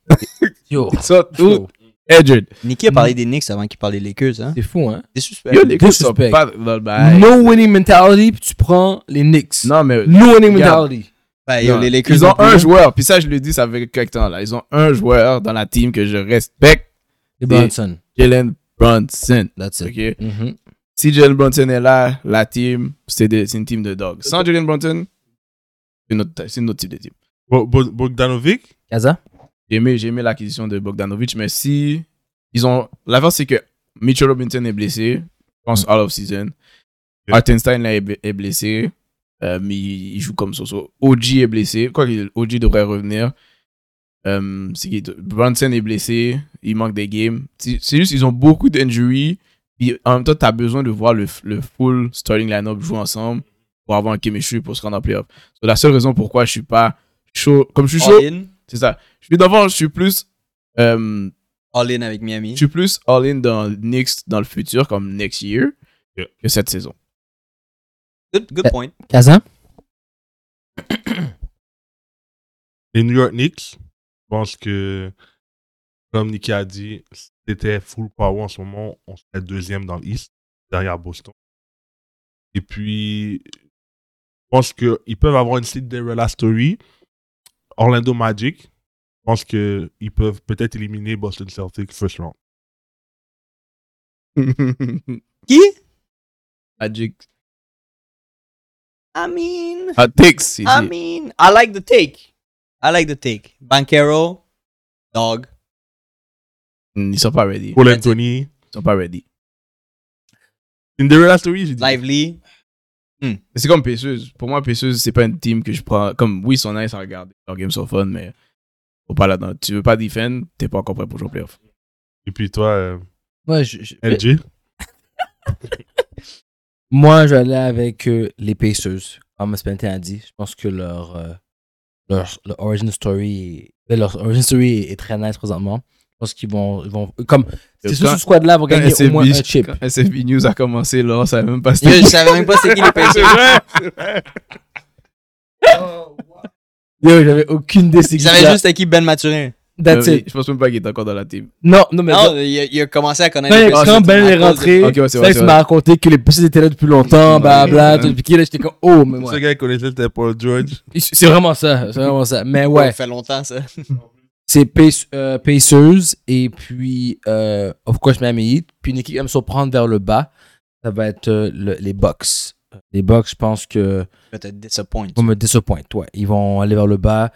Yo. Ils sont tous Yo. injured. Nicky a parlé des Knicks avant qu'il parlait des Lakers, hein? Hmm. Ben, C'est fou, hein? C'est suspect. Yo, les gars sont Disrespect. pas dans le bail. No winning mentality, puis tu prends les Knicks. Non, mais No winning Regarde. mentality. Ben, yo, Non. les Lakers ils non ont plus, un hein. joueur. Puis ça, je le dis, ça fait quelques temps là. Ils ont un joueur dans la team que je respecte, Les Bronson. Jalen Brunson. That's it. Ok. Mhm. Si Jalen Brunson est là, la team, c'est des- c'est une team de dogs. Sans Jalen Brunson, c'est une, autre- c'est une autre type de team. Bo- Bo- Bogdanovic? Kaza? J'ai aimé, j'ai aimé l'acquisition de Bogdanovic, mais si ils ont. L'avance, c'est que Mitchell Robinson est blessé, je pense all of season. Yeah. Artenstein là, est, b- est blessé, euh, mais il, il joue comme ça. So, OG est blessé, quoi que OG devrait revenir. Euh, c'est qui d'autre? Brunson est blessé, il manque des games. C'est c'est juste, ils ont beaucoup d'injuries. Puis en même temps, tu as besoin de voir le, f- le full starting lineup jouer ensemble pour avoir un chemistry pour se rendre en playoff. C'est la seule raison pourquoi je suis pas chaud. Comme je suis chaud, All in. c'est ça. Je suis d'avant, je suis plus. euh, All in avec je Miami. suis plus all-in dans next dans le futur, comme next year, Yeah. que cette saison. Good, good Ben- point. Kaza? Les New York Knicks, je pense que, comme Nicky a dit, si c'était full power en ce moment, on serait deuxième dans l'East, derrière Boston. Et puis, pense qu'ils peuvent avoir une suite de la Story. Orlando Magic. Je pense qu'ils peuvent peut-être éliminer Boston Celtics first round. Qui? Magic. Ah, I mean, Hot takes, il I dit. mean, I like the take. I like the take. Banquero, dog. Mm, Ils sont pas ready. Paul Anthony. Ils sont pas ready. Cinderella Story, j'ai dit. Lively. Mais c'est comme Pesseuse. Pour moi, Pesseuse, c'est pas une team que je prends. Comme, oui, ils sont nice à regarder. Leurs games sont fun, mais faut pas là-dedans. Tu veux pas defend, t'es pas encore prêt pour jouer au playoff. Et puis toi, euh, Moi, je- je- LG. Moi, je vais aller avec euh, les Pacers. Comme Spenton a dit, je pense que leur, euh, leur, leur origin story, est- ben, leur origin story est, est très nice présentement. Je pense qu'ils vont, ils vont, comme, c'est sûr, Quand- ce squad-là vont Quand gagner au moins SFB un chip. quand SFB News a commencé, là, on savait même pas Yo, c'était. je savais même pas c'est qui les C'est Pacers. vrai! Yo, j'avais aucune idée c'est Je qui savais ça. juste à qui Ben Maturin. That's Mais it. Je pense même pas qu'il est encore dans la team. Non, non, mais. Non, il a, il a commencé à connaître Quand, les Pacers quand Ben est à cause de- rentré, Ok, ouais, c'est c'est vrai vrai, c'est que tu vrai. m'as raconté que les Pacers étaient là depuis longtemps, blablabla, tout piqué, là, j'étais comme, oh, mais Ce ouais. gars connaissait, c'était Paul George. C'est vraiment ça, c'est vraiment ça. Mais ouais. Ça fait longtemps, ça. C'est Pace- euh, Pacers et puis, euh, of course, Miami Heat. Puis une équipe qui va me surprendre vers le bas, ça va être euh, le- les Bucks. Les Bucks, je pense que Peut-être disappoint. vont me disappointer. Ouais. Ils vont aller vers le bas.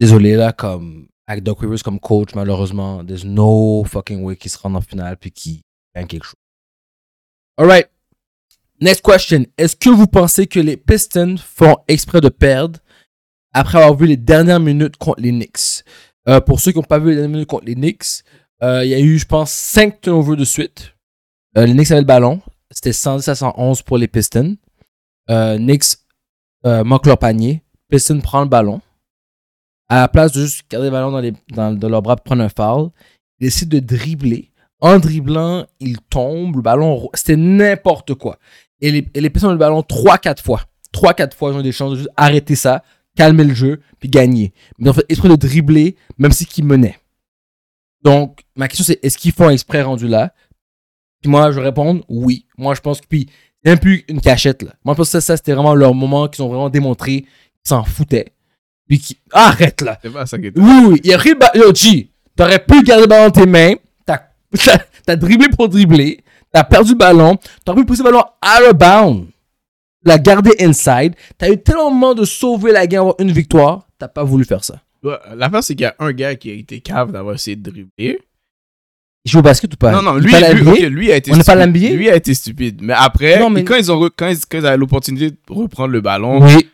Désolé, là, comme avec Doc Rivers comme coach, malheureusement, there's no fucking way qu'ils se rendent en finale puis qu'ils gagnent quelque chose. Alright. Next question. Est-ce que vous pensez que les Pistons font exprès de perdre après avoir vu les dernières minutes contre les Knicks? Euh, pour ceux qui n'ont pas vu les dernières minutes contre les Knicks, euh, il y a eu, je pense, 5 turnovers de suite. Euh, les Knicks avaient le ballon. C'était 110 à 111 pour les Pistons. Euh, Knicks euh, manque leur panier. Piston prend le ballon. À la place de juste garder le ballon dans, les, dans, dans leurs bras pour prendre un foul, il décide de dribbler. En dribblant, il tombe, le ballon, ro- c'était n'importe quoi. Et les, et les Pistons ont eu le ballon 3-4 fois. 3-4 fois, ils ont eu des chances de juste arrêter ça, calmer le jeu, puis gagner. Mais en fait, esprit de dribbler, même si qu'ils menaient. Donc, ma question c'est, est-ce qu'ils font exprès rendu là? Puis moi, je réponds oui. Moi, je pense que, puis c'est même plus une cachette, là. Moi, je pense que ça, ça, c'était vraiment leur moment qu'ils ont vraiment démontré qu'ils s'en foutaient. Puis qui. Arrête, là! C'est pas ça qui est. Oui, oui, il a pris le ballon. Yo, G, t'aurais pu garder le ballon dans tes mains. T'as, t'as- t'as dribblé pour dribbler. T'as perdu le ballon. T'aurais pu pousser le ballon out of bound. La garder inside. T'as eu tellement de moments de sauver la game, avoir une victoire. T'as pas voulu faire ça. Ouais, L'affaire, c'est qu'il y a un gars qui a été cave d'avoir essayé de dribbler. Il joue au basket ou pas? Non, non, Il lui, est pas à la lui, NBA? ok, lui a été On n'est pas à stupide. l'NBA? Lui a été stupide. Mais après, Non, mais- quand ils ont re- quand ils, quand ils avaient l'opportunité de reprendre le ballon, Oui.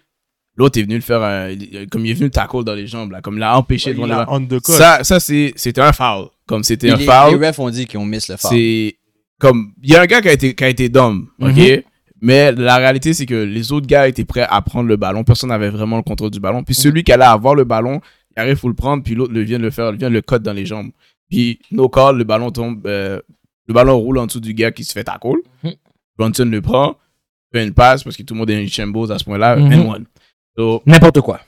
l'autre est venu le faire, un- il- comme il est venu le tackle dans les jambes, là, comme il l'a empêché de Il prendre le a ballon. on the court. Ça, ça c'est- c'était un foul. Comme c'était Les, un les foul, refs ont dit qu'ils ont miss le foul. c'est comme il y a un gars qui a été qui a été dumb, ok. Mhm. Mais la réalité, c'est que les autres gars étaient prêts à prendre le ballon. Personne n'avait vraiment le contrôle du ballon. Mhm. Puis celui qui allait avoir le ballon, il arrive, faut le prendre. Puis l'autre le vient de le faire, vient de le cut dans les jambes. Puis no call, le ballon tombe, euh, le ballon roule en dessous du gars qui se fait tackle. Mhm. Brunson le prend, fait une passe parce que tout le monde est une shambles à ce point-là. Mhm. and one. So, N'importe quoi.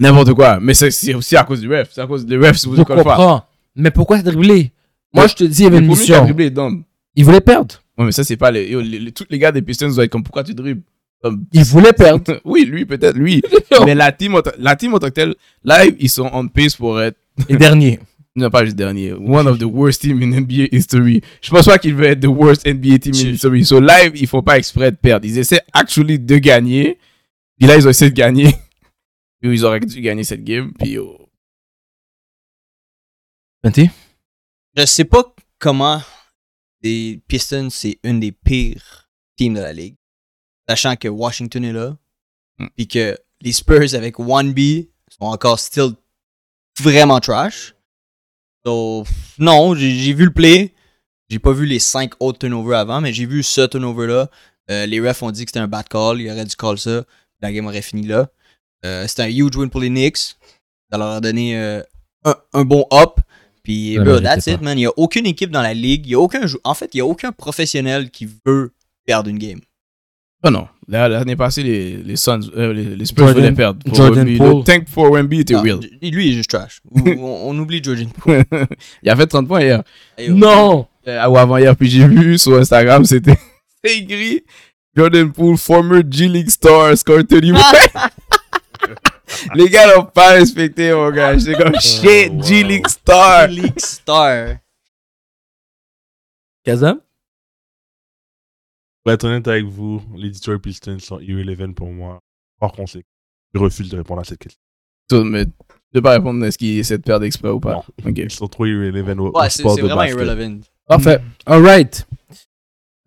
n'importe quoi. Mais c'est- c'est aussi à cause du ref. C'est à cause du ref. Si vous Je encore une fois. comprends. Mais pourquoi t'as dribblé? Moi, Ouais. je te dis, il y avait Mais une pour lui qui a mission. dribblé est dumb. Ils voulaient perdre. Ouais, mais ça, c'est pas les, yo, les- les- Tous les gars des Pistons doivent être comme pourquoi tu dribbles Comme, Ils voulaient perdre. Oui, lui, peut-être, lui. mais la team, en ta- la team en tant que telle, là, ils sont on pace pour être. Les derniers. Non, pas juste dernier. One of the worst teams in NBA history. Je pense pas qu'ils veulent être the worst NBA team in history. So, live, ils font pas exprès de perdre. Ils essaient actually de gagner. Puis là, ils ont essayé de gagner. Puis ils auraient dû gagner cette game. Puis yo. Spenty? Je sais pas comment les Pistons, c'est une des pires teams de la ligue. Sachant que Washington est là. Mm. Puis que les Spurs avec 1B sont encore still vraiment trash. Donc, non, j'ai j'ai vu le play. J'ai pas vu les cinq autres turnovers avant, mais j'ai vu ce turnover-là. Euh, les refs ont dit que c'était un bad call. Il aurait dû call ça. La game aurait fini là. Euh, c'était un huge win pour les Knicks. Ça leur a donné euh, un, un bon up. Puis, Ça bro, méritait that's pas. it, man. Il n'y a aucune équipe dans la ligue. Il y a aucun jou- En fait, il n'y a aucun professionnel qui veut perdre une game. Oh non. Là, L'année passée, les, les Suns, euh, les, les Spurs Jordan- voulaient perdre. Pour Jordan Wemby. Poole. Ah. Le tank pour Wemby était Non, real. j- lui, il est juste trash. Ou- ou on, on oublie Jordan Poole. il a fait 30 points hier. oh. Ah Hey, yo. Non! Euh, ou avant hier, puis j'ai vu sur Instagram, c'était c'est écrit Jordan Poole, former G League star, score 30 points. Les gars l'ont pas respecté, mon gars. C'est comme shit, wow. G League star. League Star. Kazam? Pour être honnête avec vous, les Detroit Pistons sont irrelevant pour moi. Par conséquent, je refuse de répondre à cette question. Tout, mais tu peux pas répondre à ce qu'il essaie de perdre exprès ou pas. Ok. Ils sont trop irrelevant au, au Ouais, c'est sport c'est de vraiment basket. irrelevant. Parfait. All right.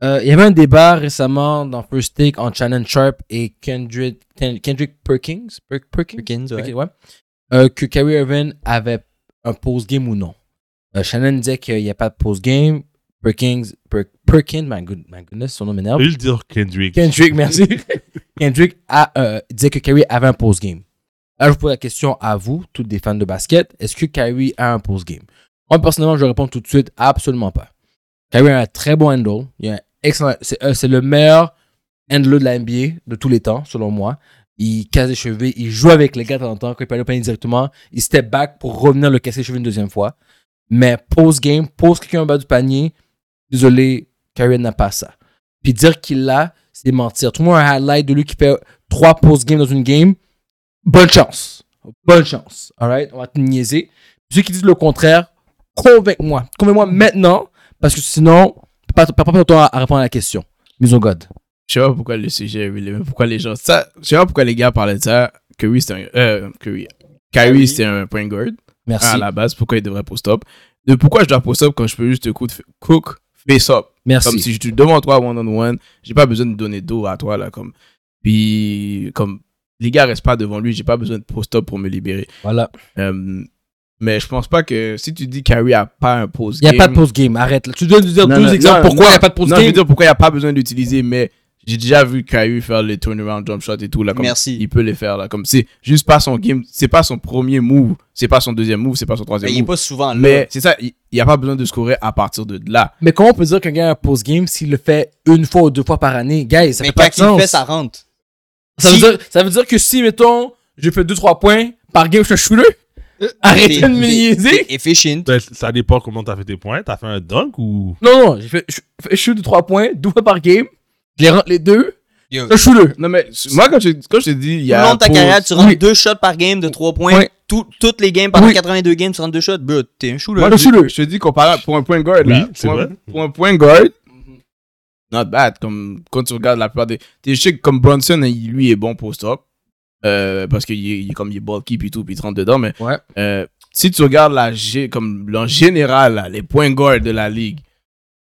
Euh, Il y avait un débat récemment dans First Take entre Shannon Sharp et Kendrick, Ken- Kendrick Perkins. Per- Perkins? Perkins, ouais. Ok, ouais. Euh, que Kyrie Irving avait un post-game ou non. Euh, Shannon disait qu'il n'y a pas de post-game. Perkins, Per- Perkins, my, good- my goodness, son nom m'énerve. Je vais le dire Kendrick. Kendrick, merci. Kendrick a, euh, disait que Kyrie avait un post-game. Là, je vous pose la question à vous, toutes des fans de basket. Est-ce que Kyrie a un post-game? Moi, personnellement, je réponds tout de suite, absolument pas. Kyrie a un très bon handle. Il a un excellent, c'est, euh, c'est le meilleur handle de la NBA de tous les temps, selon moi. Il casse les cheveux, il joue avec les gars de temps en temps. Quand il peut aller au panier directement, il step back pour revenir le casser les cheveux une deuxième fois. Mais post-game, pose quelqu'un en bas du panier, désolé, Kyrie n'a pas ça. Puis dire qu'il l'a, c'est mentir. Trouve-moi un highlight de lui qui fait trois post games dans une game. Bonne chance. Bonne chance. All right? On va te niaiser. Ceux qui disent le contraire, convainc-moi. Convainc-moi maintenant, parce que sinon, pas pas pas temps à répondre à la question. Mise au God. Je sais pas pourquoi le sujet est irrelevant, Pourquoi les gens. Ça, je sais pas pourquoi les gars parlaient de ça. Curry, c'était un. Euh, Curry. Kyrie, c'était un point guard. Merci. Ah, à la base, pourquoi il devrait post-up. De pourquoi je dois post-up quand je peux juste te coup de f- cook face-up. Comme Merci. si je suis devant toi one-on-one, j'ai pas besoin de donner dos à toi là. Comme. Puis, comme les gars restent pas devant lui, j'ai pas besoin de post-up pour me libérer. Voilà. Euh, mais je pense pas que si tu dis Kyrie a pas un post Il n'y a pas de post game. Arrête. là. Tu dois nous dire Non, deux non, exemples non, pourquoi il n'y a pas de post Non, je veux game. dire pourquoi il n'y a pas besoin d'utiliser, mais j'ai déjà vu Kyrie faire les turnaround jump shots et tout là. Comme Merci. Il peut les faire là. Comme c'est juste pas son game, c'est pas son premier move, c'est pas son deuxième move, c'est pas son Mais troisième Ben, il est move. pas souvent là. Mais c'est ça, il n'y a pas besoin de scorer à partir de là. Mais comment on peut dire qu'un gars a un post game s'il le fait une fois ou deux fois par année? Guys, ça mais fait pas quand de il sens. fait, ça rentre. Ça, Si- veut dire, ça veut dire que si, mettons, je fais 2-3 points par game, je suis shooter, Euh, arrêtez de T'es- me t'es- niaiser. t'es Efficient. Ça- Ça dépend comment t'as fait tes points. T'as fait un dunk ou. Non, non, j'ai fait, je, je shoot 3 points, 2 fois par game, je les rentre les deux, Yo. je shoot le. Non, mais moi, quand je, quand je te dis, il y Tout a. le long de ta pause- carrière, tu rentres Oui. deux shots par game de trois points. Oui. Tout- toutes les games, pendant Oui. 82 games, tu rentres deux shots. Bro, t'es un chou là. Moi, le je, shoot-le. je te dis comparable pour un point guard. Oui, là. c'est pour, un, vrai. pour un point guard, Mm-hmm. not bad. Comme quand tu regardes la plupart des. T'es chic comme Bronson, il- lui est bon pour stop. Euh, parce qu'il est, il est comme il est bulky puis tout, puis il rentre dedans. Mais Ouais. euh, si tu regardes la, gé- comme, en général, là, les points guard de la ligue,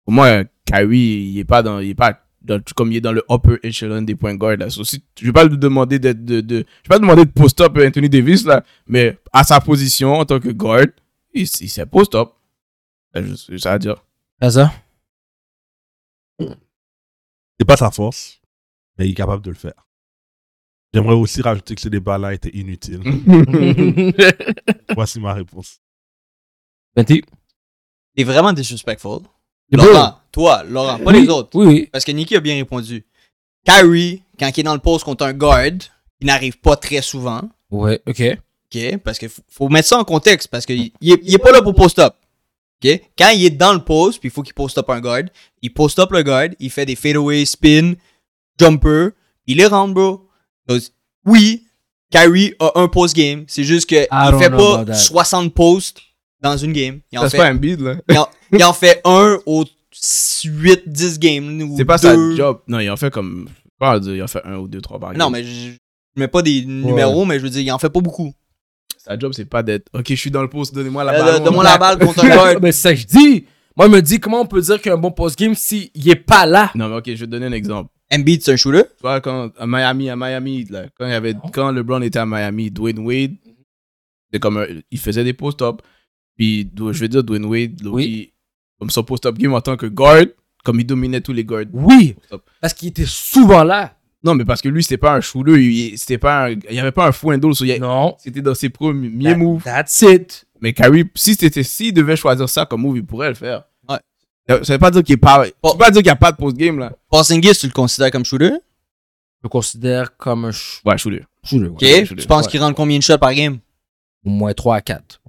pour moi, euh, Kyrie, il est pas dans. Il est pas dans- comme il est dans le upper echelon des points guard. Là. So, si- je vais pas lui demander d'être de, de- je vais pas demander de post-up à Anthony Davis, là, mais à sa position en tant que guard, il, il s'est post-up. C'est juste- c'est ça à dire. Pas ça. C'est pas sa force, mais il est capable de le faire. J'aimerais aussi rajouter que ce débat-là était inutile. Voici ma réponse. Venti. T'es vraiment disrespectful. Le Laurent, toi, Laurent, pas Oui, les autres. Oui, oui. Parce que Nicky a bien répondu. Kyrie, quand il est dans le poste contre un guard, il n'arrive pas très souvent. Ouais, ok. OK? Parce qu'il faut, faut mettre ça en contexte parce qu'il n'est est pas là pour post-up. OK? Quand il est dans le post, puis il faut qu'il post-up un guard, il post-up le guard, il fait des fadeaway, spin, jumper, il les rentre, bro. Donc, oui, Kyrie a un post-game. C'est juste qu'il don't ne fait know about pas that. 60 posts dans une game. Il en, Ça, c'est fait, pas un bid, là. il en, il en fait un aux 8-10 games. ou C'est pas deux. sa job. Non, il en fait comme. je sais pas, Il en fait un ou deux, trois par Non, game. mais je je mets pas des numéros, mais je veux dire, il en fait pas beaucoup. Sa job, c'est pas d'être. Ok, je suis dans le post, donnez-moi la Euh, balle. Donne-moi la balle contre un guard. Mais c'est ça que je dis. Moi, je me dis, comment on peut dire qu'il y a un bon post-game s'il n'est pas là? Non, mais ok, je vais te donner un exemple. Embiid, c'est un shooter. Tu vois, quand, à Miami, à Miami, là, quand, il y avait, quand LeBron était à Miami, Dwayne Wade, c'est comme un- il faisait des post-up. Puis, Dw- je veux dire, Dwayne Wade, là, Oui. il- comme son post-up game en tant que guard, comme il dominait tous les guards. Oui, Stop. parce qu'il était souvent là. Non, mais parce que lui, c'était pas un shooter, il, c'était pas un- il y avait pas un fou and so il y a- Non. c'était dans ses premiers That- moves. That's it. Mais Kyrie, si c'était, s'il devait choisir ça comme move, il pourrait le faire. Ouais. Ça ça veut pas dire qu'il est pas, ça veut pas dire qu'il y a pas de post-game, là. Porzingis, tu le considères comme shooter? Je le considère comme un ch- Ouais, shooter. shooter. Ok. ouais. Ouais, shooter, tu penses ouais. qu'il rentre combien de shots par game? Au moins 3 à 4.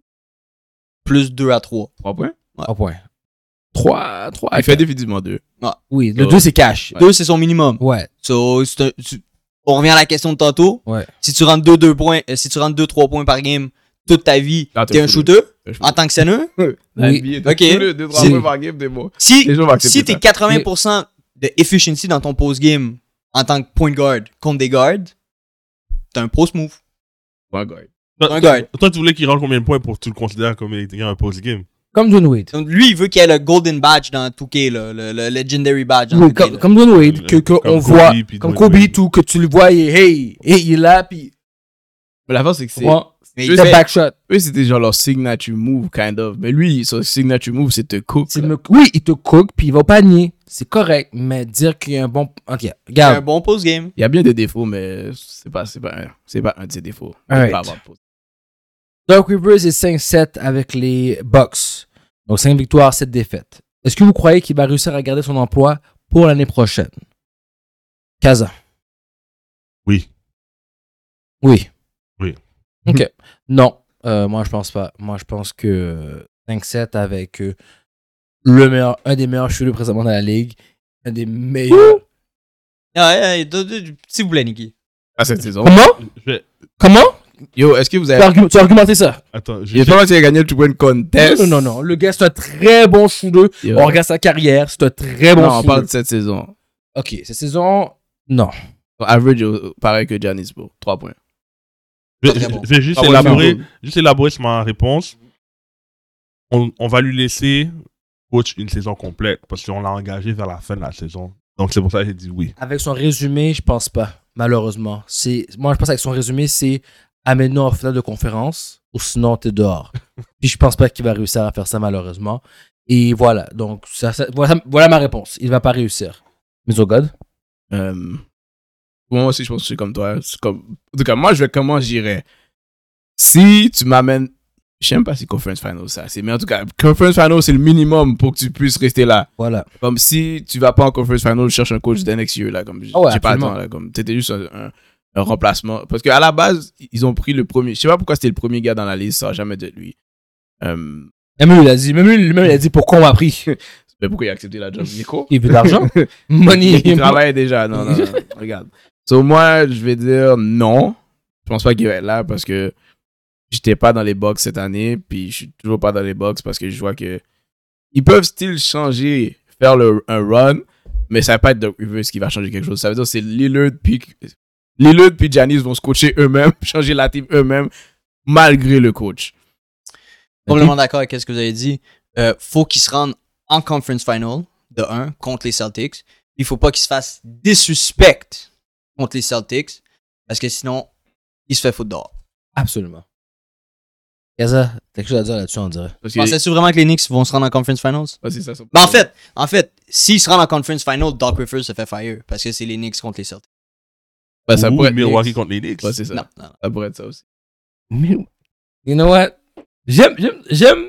Plus 2 à 3. Trois points. Ah, Au point. 3, 3 Il fait définitivement deux. Oui, le Oh. 2, c'est cash. Ouais. Deux, c'est son minimum. Ouais. So, c'est un- tu- on revient à la question de tantôt. Ouais. Si tu rentres 2 deux, points, euh, si tu rentres deux, trois points par game toute ta vie, Ah, t'es t'es un un shooter. shooter en tant que saigneux. Ah, Oui. Ok. Deux, trois C'est- points par game, des mots. Si, Les gens vont accepter si t'es ça. 80% de efficiency dans ton post game en tant que point guard contre des guards, t'es un pro smooth. Ouais, gars. Toi, Un toi- guard. toi, tu voulais qu'il rentre combien de points pour que tu le considères comme ayant un post-game Comme John Wade. Donc, lui, il veut qu'il y ait le golden badge dans 2K, là, le, le legendary badge. dans Oui, 2K, comme, là. comme John Wade, que, que Comme on Kobe, voit, puis comme Dwayne Kobe, Wade. tout, que tu le vois, et hey, et il est là, puis Mais la force, c'est que c'est. Ouais. Mais Je il c'est fait- back shot. Eux, c'était genre leur signature move, kind of. Mais lui, son signature move, c'est te cook. C'est là. me- Oui, il te cook, puis il va au panier. C'est correct, mais dire qu'il y a un bon. Ok, il fait un regarde. bon post game. Il y a bien des défauts, mais c'est pas, c'est pas, un- c'est pas un de ses défauts. Il peut Alright. pas avoir de pause. Doc Rivers est 5-7 avec les Bucks. Donc 5 victoires, 7 défaites. Est-ce que vous croyez qu'il va réussir à garder son emploi pour l'année prochaine Kaza. Oui. Oui. Oui. OK. non, euh, moi je pense pas. Moi je pense que euh, 5-7 avec euh, le meilleur, un des meilleurs shooters présentement dans la ligue, un des meilleurs. Ah, ouais, ouais, de- de- de- S'il vous plaît, Nicky. Ah, cette saison. Comment Je vais- Comment Yo, est-ce que vous tu as, avez. argu- tu as argumenté ça Attends, je Il est check- pas mal qu'il a gagné le two point contest. Non, non, non. Le gars, c'est un très bon shooter. Yo. On regarde sa carrière, c'est un très bon Non, on shooter. parle de cette saison. Ok, cette saison, non. Son Average, euh, pareil que Giannis, bro. 3 points. je- Très je- bon. je Ah vais juste Trois points, élaborer, bro. juste élaborer sur ma réponse. On, on va lui laisser coach une saison complète parce qu'on l'a engagé vers la fin de la saison. Donc c'est pour ça que j'ai dit oui. Avec son résumé, je pense pas, malheureusement. C'est, moi, je pense avec son résumé, c'est amène-nous en finale de conférence ou sinon t'es dehors. Puis je pense pas qu'il va réussir à faire ça, malheureusement. Et voilà, donc ça- ça- voilà, voilà ma réponse. Il va pas réussir. Mais au God. Euh, moi aussi, je pense que je suis comme toi. C'est Comme... En tout cas, moi, je vais comment j'irais. Si tu m'amènes. Je sais même pas si Conference Final, ça. c'est- Mais en tout cas, Conference Final, c'est le minimum pour que tu puisses rester là. Voilà. Comme si tu vas pas en Conference Final, je cherche un coach d'un next year, là. Comme j- Ah ouais, j'ai pas le absolument. temps, là. Comme t'étais juste un, un- un remplacement. Parce qu'à la base, ils ont pris le premier. Je sais pas pourquoi c'était le premier gars dans la liste, ça va jamais de lui. Euh, Même lui, il a dit, même lui, lui-même, il a dit pourquoi on m'a pris. mais pourquoi il a accepté la job, Nico Il veut de l'argent. Money. Il travaille déjà. Non, non, non. Regarde. So, moi, je vais dire non. Je pense pas qu'il va être là parce que j'étais pas dans les box cette année. Puis je suis toujours pas dans les box parce que je vois que ils peuvent still changer, faire le, un run, mais ça va pas être Doc Rivers qui va changer quelque chose. Ça veut dire que c'est Lillard puis Lillard puis Giannis vont se coacher eux-mêmes, changer la team eux-mêmes malgré le coach. Complètement d'accord avec ce que vous avez dit. Euh, faut qu'il se rende en conference final de 1 contre les Celtics. Il faut pas qu'il se fasse disrespect contre les Celtics parce que sinon, il se fait foutre dehors. Absolument. Kaza, t'as quelque chose à dire là-dessus, on dirait. Parce que Pensais-tu vraiment que les Knicks vont se rendre en conference finals? Ouais, c'est ça son Ben, en problème. fait, en fait, s'ils se rendent en conference final, Doc Rivers se fait fire parce que c'est les Knicks contre les Celtics. Ouais, ça Ou pourrait être Milwaukee Knicks. contre les Knicks. Ouais, c'est ça. Non, non, non. Ça pourrait être ça aussi. You know what? J'aime, j'aime, j'aime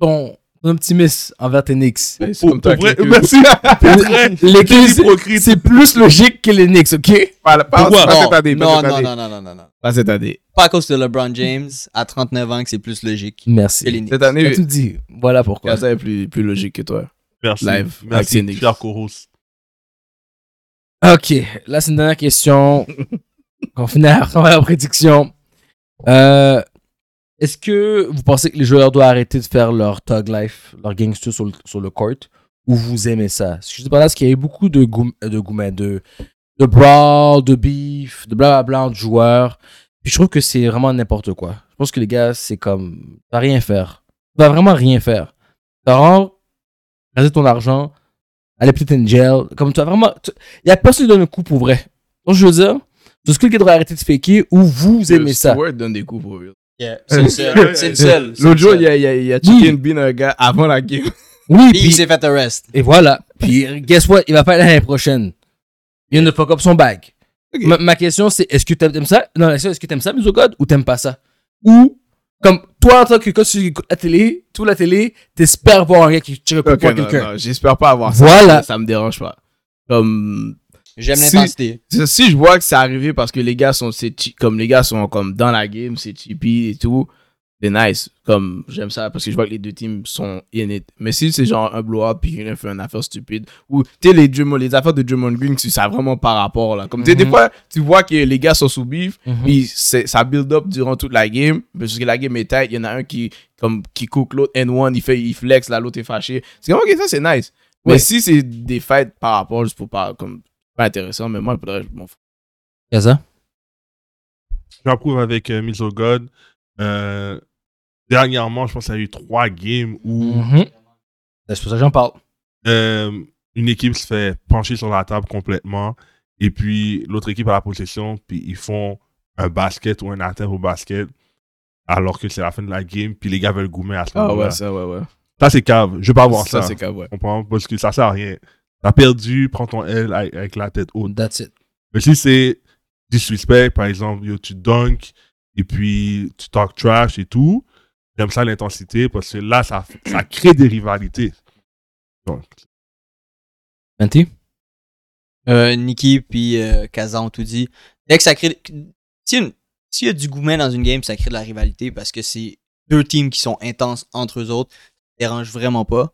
ton, ton optimisme envers tes Knicks. Mais c'est Pour- comme toi, pour vrai, quelqu'un- merci. les Knicks, c'est- c'est plus logique que les Knicks, ok? Pas, pas- Pourquoi? pas cette année, pas non, cette non, année. non, non, non, non, non. Pas cette année. Pas à cause de LeBron James à 39 ans que c'est plus logique que les Merci. Knicks. Cette Tu as année, tout dit. Voilà pourquoi. Casa est plus, plus logique que toi. Merci. Live, avec les Merci, Knicks. cher Koros. Ok, là c'est une dernière question. On finit après la prédiction. Euh, Est-ce que vous pensez que les joueurs doivent arrêter de faire leur thug life, leur gangster sur le, sur le court, ou vous aimez ça Ce que je dis par là, c'est qu'il y a eu beaucoup de goum- de gourmets, de, de brawl, de beef, de blablabla entre joueurs. Puis je trouve que c'est vraiment n'importe quoi. Je pense que les gars, c'est comme, tu vas rien faire. Tu vas vraiment rien faire. Tu vas vraiment raser ton argent, aller peut-être en jail. Comme tu vas vraiment, tu- il y a personne qui donne un coup pour vrai. Donc je veux dire, est-ce que le gars doit arrêter de faker ou vous aimez ça Stewart donne des coups pour lui. Yeah, c'est le seul. C'est le seul. c'est le L'autre jour, seul. il y a, il y a, il y a Chicken Bean, un gars, avant la game. Oui, Puis il s'est fait arrest. Et voilà. Puis, guess what? Il va pas aller l'année prochaine. Il vient de fuck up son bag. Ok. Ma, ma question, c'est est-ce que t'aimes t'aimes ça? Non, la question, est-ce que t'aimes ça, Miso God, ou t'aimes pas ça? Ou, comme, toi, en tant que quand tu écoutes la télé, tout la télé, t'espères voir un gars qui tire un coup de Ok, poing à non, quelqu'un. non, J'espère pas avoir ça. Voilà. Ça me dérange pas. Comme, J'aime Si- l'intensité. si si je vois que c'est arrivé parce que les gars sont, c'est chi- comme les gars sont comme dans la game, c'est chippy et tout, c'est nice. Comme j'aime ça parce que je vois que les deux teams sont in it. Mais si c'est genre un blowout puis il a fait une affaire stupide ou tu sais les, Drummond- les affaires de Drummond Green, tu sais vraiment par rapport là. Comme tu sais, des Mhm. fois tu vois que les gars sont sous beef Mhm. Mm-hmm. puis c'est- ça build up durant toute la game parce que la game est tight, il y en a un qui comme qui cook l'autre N1, il fait il flex, là l'autre est fâché. C'est comme OK, ça c'est nice. Mais Ouais. si c'est des fights par rapport juste pour pas comme pas intéressant, mais moi je voudrais m'en fous. Gaza? J'approuve avec euh, Miss of God. Euh, dernièrement, je pense qu'il y a eu trois games Mhm. où Mhm. Ben, C'est pour ça que j'en parle. euh, une équipe se fait pencher sur la table complètement et puis l'autre équipe a la possession, puis ils font un basket ou un atteint au basket alors que c'est la fin de la game, puis les gars veulent goumer à ce Ah moment-là. ouais, ça ouais ouais. ça, c'est cave. Je veux pas voir ça ça. c'est grave, ouais. Tu comprends? Parce que ça sert à rien. T'as perdu, prends ton L avec, avec la tête haute. That's it. Mais si c'est disrespect, par exemple, yo, tu dunk et puis tu talk trash et tout, j'aime ça l'intensité parce que là, ça, ça crée des rivalités. Donc, Menti? Euh, Nikki puis euh, Kaza ont tout dit. Dès que ça crée. si une- S'il y a du gourmet dans une game, ça crée de la rivalité parce que c'est deux teams qui sont intenses entre eux autres. Ça dérange vraiment pas.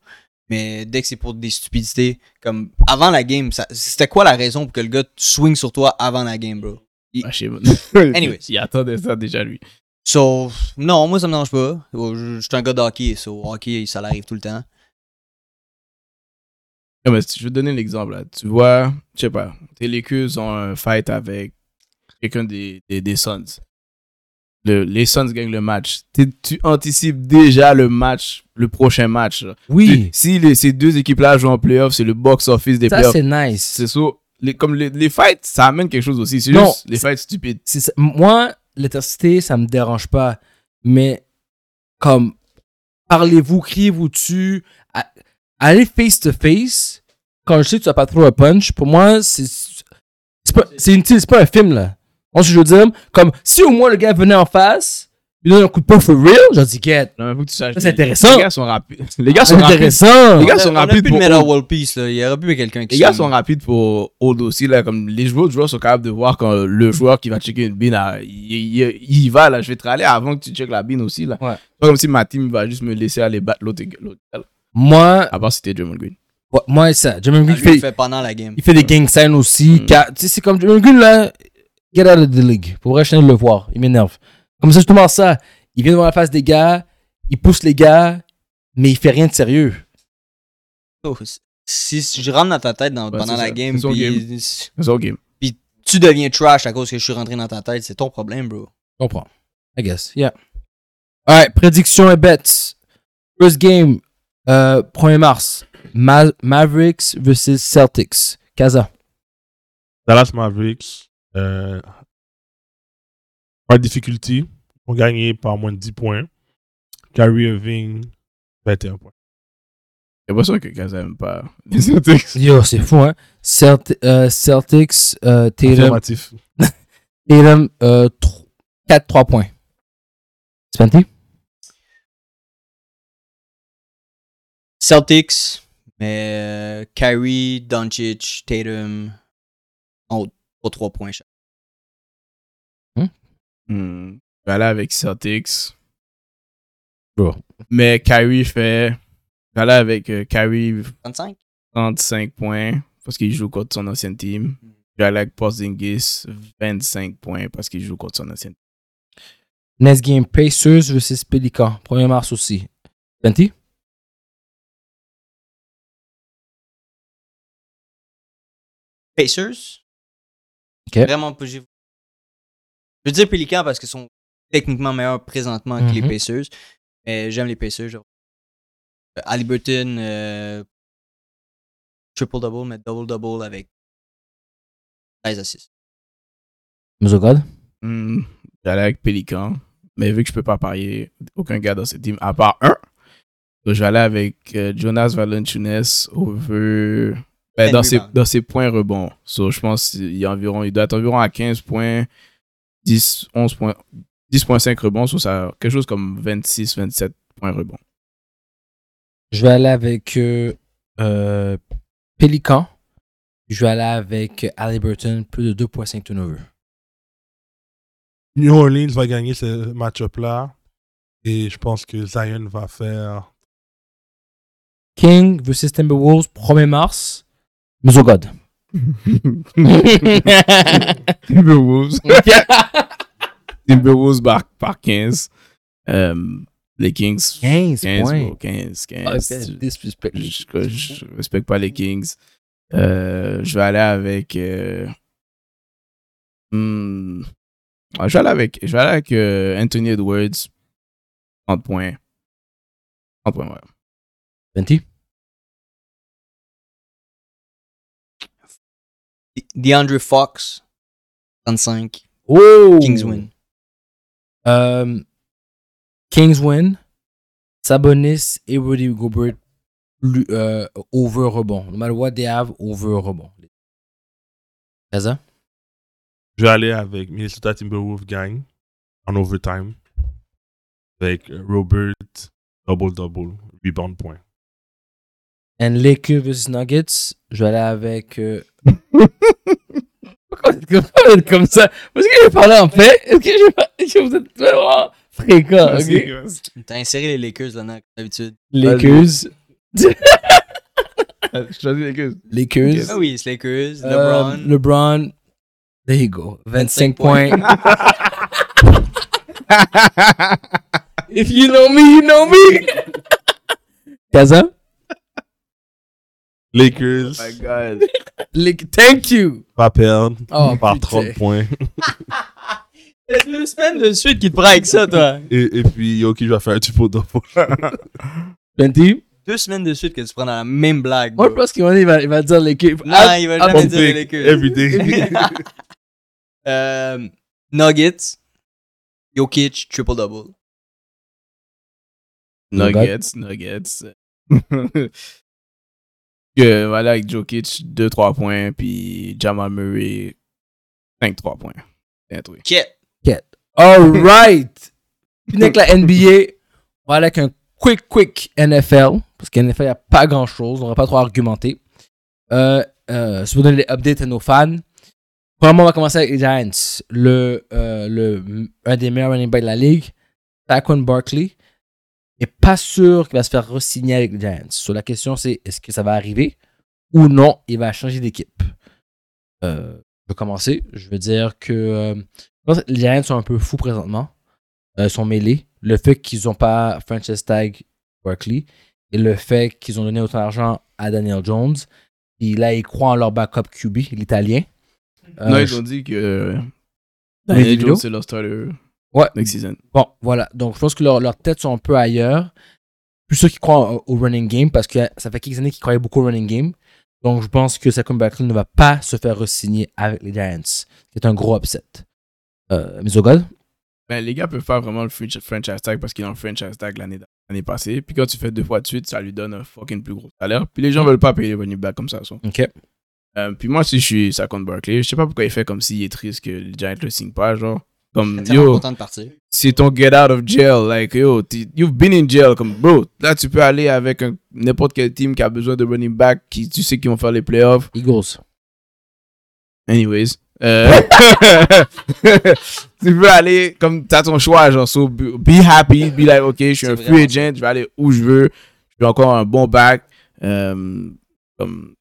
Mais dès que c'est pour des stupidités, comme avant la game, ça- c'était quoi la raison pour que le gars swing sur toi avant la game, bro? Ah, je sais pas. Anyways. il attendait ça déjà lui. So, non, moi ça me dérange pas. Oh, Je, je suis un gars de hockey, so hockey, ça l'arrive tout le temps. Non, mais si- je vais te donner l'exemple. là. Tu vois, je sais pas, t'es- les Cubs ont un fight avec quelqu'un des, des, des Suns. Le- les Suns gagnent le match. T'es- Tu anticipes déjà le match, le prochain match. là. Tu- Si les- ces deux équipes-là jouent en playoff, c'est le box-office des Ça, playoffs. c'est nice. C'est ça. Les, comme les, les fights, ça amène quelque chose aussi. C'est Non, juste les fights stupides. C'est ça. Moi, l'intensité, ça me dérange pas. Mais, comme, parlez-vous, criez-vous dessus. a- Allez face-to-face. Quand je sais que tu vas pas trop un punch, pour moi, c'est. C'est pas, c'est inutile, c'est pas un film, là. On se je veux dire, comme, si au moins le gars venait en face, il donne un coup de poing for real, j'en dis, get. Non, mais faut que tu saches- Ça, c'est intéressant. Les gars sont rapides. Les gars C'est sont rapides. intéressant. Les gars On a- sont on a rapides plus de pour- Metal World Peace, là. Il y aurait plus quelqu'un qui Les gars swing. sont rapides pour hold aussi. Là, comme les joueurs, joueurs sont capables de voir quand le joueur qui va checker une bine, là, il, il- il y va là, je vais te râler avant que tu checkes la bine aussi. Là. Ouais. C'est Pas comme si ma team va juste me laisser aller battre l'autre. l'autre- Moi, À part si t'es Draymond Green. ouais, moi, ça. J'aime Ah, bien lui, il fait. le fait pendant la game. Il fait des gang signs aussi. Mm. car- Tu sais, c'est comme Draymond Green, là. Get out of the league. Pour vrai, je viens de le voir. Il m'énerve. Comme ça, justement, ça. Il vient devant la face des gars. Il pousse les gars. Mais il fait rien de sérieux. Oh, c'est- si, si je rentre dans ta tête dans- Ouais, pendant c'est la ça. game, C'est son puis- game. C'est ok. tu deviens trash à cause que je suis rentré dans ta tête, c'est ton problème, bro. Je comprends. I guess. Yeah. Alright, prédiction et bets. First game, euh, 1er mars. Ma- Mavericks versus Celtics. Kaza. Dallas Mavericks, euh, pas de difficulté, ont gagné par moins de 10 points. Kyrie Irving, 21 points. C'est pas sûr que Gaza aime pas les Celtics. Yo, c'est fou, hein. Celt- euh, Celtics, euh, Tatum, Affirmatif. Tatum euh, 4-3 points. Spenty? Celtics, mais euh, Kyrie, Doncic, Tatum, en haut, pour 3 points chaque. Hmm. Je vais aller avec Celtics. Bro. Mais Kyrie fait. Je vais aller avec euh, Kyrie 35? 35 points parce qu'il joue contre son ancienne team. Je vais aller avec Porzingis 25 points parce qu'il joue contre son ancienne Next game, Pacers versus Pelicans. 1er mars aussi. 20? Pacers? Ok. Vraiment pas. j'ai- Je veux dire Pélican parce qu'ils sont techniquement meilleurs présentement que Mm-hmm. les Mhm. Pacers. Mais j'aime les Pacers. genre. Euh, Haliburton, euh, triple-double, mais double-double avec 16 assists. Muzogod? Hmm, J'allais avec Pélican, mais vu que je peux pas parier aucun gars dans cette team, à part un, donc je vais aller avec euh, Jonas Valanciunas over... ben, Ten dans, ses, rebounds. dans ses points rebonds. So, je pense qu'il y a environ, il doit être environ à 15 points, 10, 11 points, 10.5 rebonds, so ça, quelque chose comme 26, 27 points rebonds. Je vais aller avec euh, euh, Pelican. Je vais aller avec Halliburton, plus de 2.5 turnovers. New Orleans va gagner ce match-up-là Et je pense que Zion va faire. King versus Timberwolves, 1er mars. Nous au God. Timberwolves. Timberwolves par, par 15. Euh, les Kings. 15 15, points. bro, 15, 15. Ah, c'est disrespect. Je, je- je respecte pas les Kings. Euh, je vais aller avec. euh, hmm, ouais, je vais aller avec, je vais aller avec euh, Anthony Edwards. 30 points. 30 points, ouais. 20. De- DeAndre Fox, 35. Oh! Kings win. Euh, Kings win. Sabonis et Rudy Gobert plus, euh, over rebond. No matter what they have, over rebond. Kaza? Je vais aller avec Minnesota Timberwolves gang en overtime. Avec euh, Robert, double-double, rebound point. And Lakers versus Nuggets. Je vais aller avec. euh, Pourquoi vous êtes comme- vous êtes comme ça? Est-ce que j'ai parlé en paix? Est-ce que j'ai pas- est-ce que vous êtes vraiment Ah, fréquent? ok? T'as inséré les Lakers là-dedans, comme d'habitude. Lakers. Je choisis les Kings. Lakers. Ah oui, les Lakers, Euh, LeBron. LeBron. There you go. 25 points. If you know me, you know me. Kaza? Lakers Oh my god. Lake- Thank you. va perdre Oh, par putain. 30 points. C'est deux semaines de suite qui te prend avec ça, toi. Et, et puis Yoki va faire un triple double. 20. Deux semaines de suite que tu prends dans la même blague. Moi, bro. je pense qu'il va, il va, il va dire l'équipe. non, il va jamais dire les Lakers. Every day. Euh, Nuggets, Jokic, triple-double. Nuggets, Nuggets. que, voilà, avec Jokic, 2-3 points, puis Jamal Murray, 5-3 points. Bien trouvé. Ket. All right. Fini avec la NBA. On va aller avec un quick, quick NFL. Parce qu'en NFL, il n'y a pas grand-chose. On va pas trop argumenter. Euh, euh, si vous donnez les updates à nos fans. Premièrement, on va commencer avec les Giants. Le, euh, le, un des meilleurs running backs de la ligue, Saquon Barkley, est pas sûr qu'il va se faire re-signer avec les Giants. So, la question, c'est est-ce que ça va arriver ou non, il va changer d'équipe. Euh, je vais commencer. Je veux dire que euh, je pense que les Giants sont un peu fous présentement. Euh, ils sont mêlés. Le fait qu'ils n'ont pas franchise tag Barkley et le fait qu'ils ont donné autant d'argent à Daniel Jones. Et là, ils croient en leur backup QB, l'italien. Euh, non, je- ils ont dit que Les Daniel vidéos? Jones, c'est leur starter Ouais. next season. Bon, voilà. Donc, je pense que leurs leur têtes sont un peu ailleurs. Plus ceux qui croient au, au running game, parce que ça fait quelques années qu'ils croyaient beaucoup au running game. Donc, je pense que Saquon Barkley ne va pas se faire re-signer avec les Giants, qui est un gros upset. Euh, mais au God? Ben, les gars peuvent faire vraiment le franchi- franchise tag parce qu'ils ont le franchise tag l'année l'année passée. Puis quand tu fais deux fois de suite, ça lui donne un fucking plus gros salaire. Puis les gens veulent pas payer les running back comme ça. so. OK. Euh, puis moi, si je suis Saquon Barkley, je sais pas pourquoi il fait comme s'il est triste que les Giants le signent pas. Genre, comme Je suis yo, content de partir. c'est ton get out of jail. Like, yo, t- you've been in jail. Comme, bro, là, tu peux aller avec un- n'importe quel team qui a besoin de running back, qui tu sais qu'ils vont faire les playoffs. Eagles. Anyways. euh, tu peux aller comme t'as ton choix, genre, so be, be happy, be like, ok, je suis C'est un vraiment free agent, je vais aller où je veux, je veux encore un bon back. Euh, comme,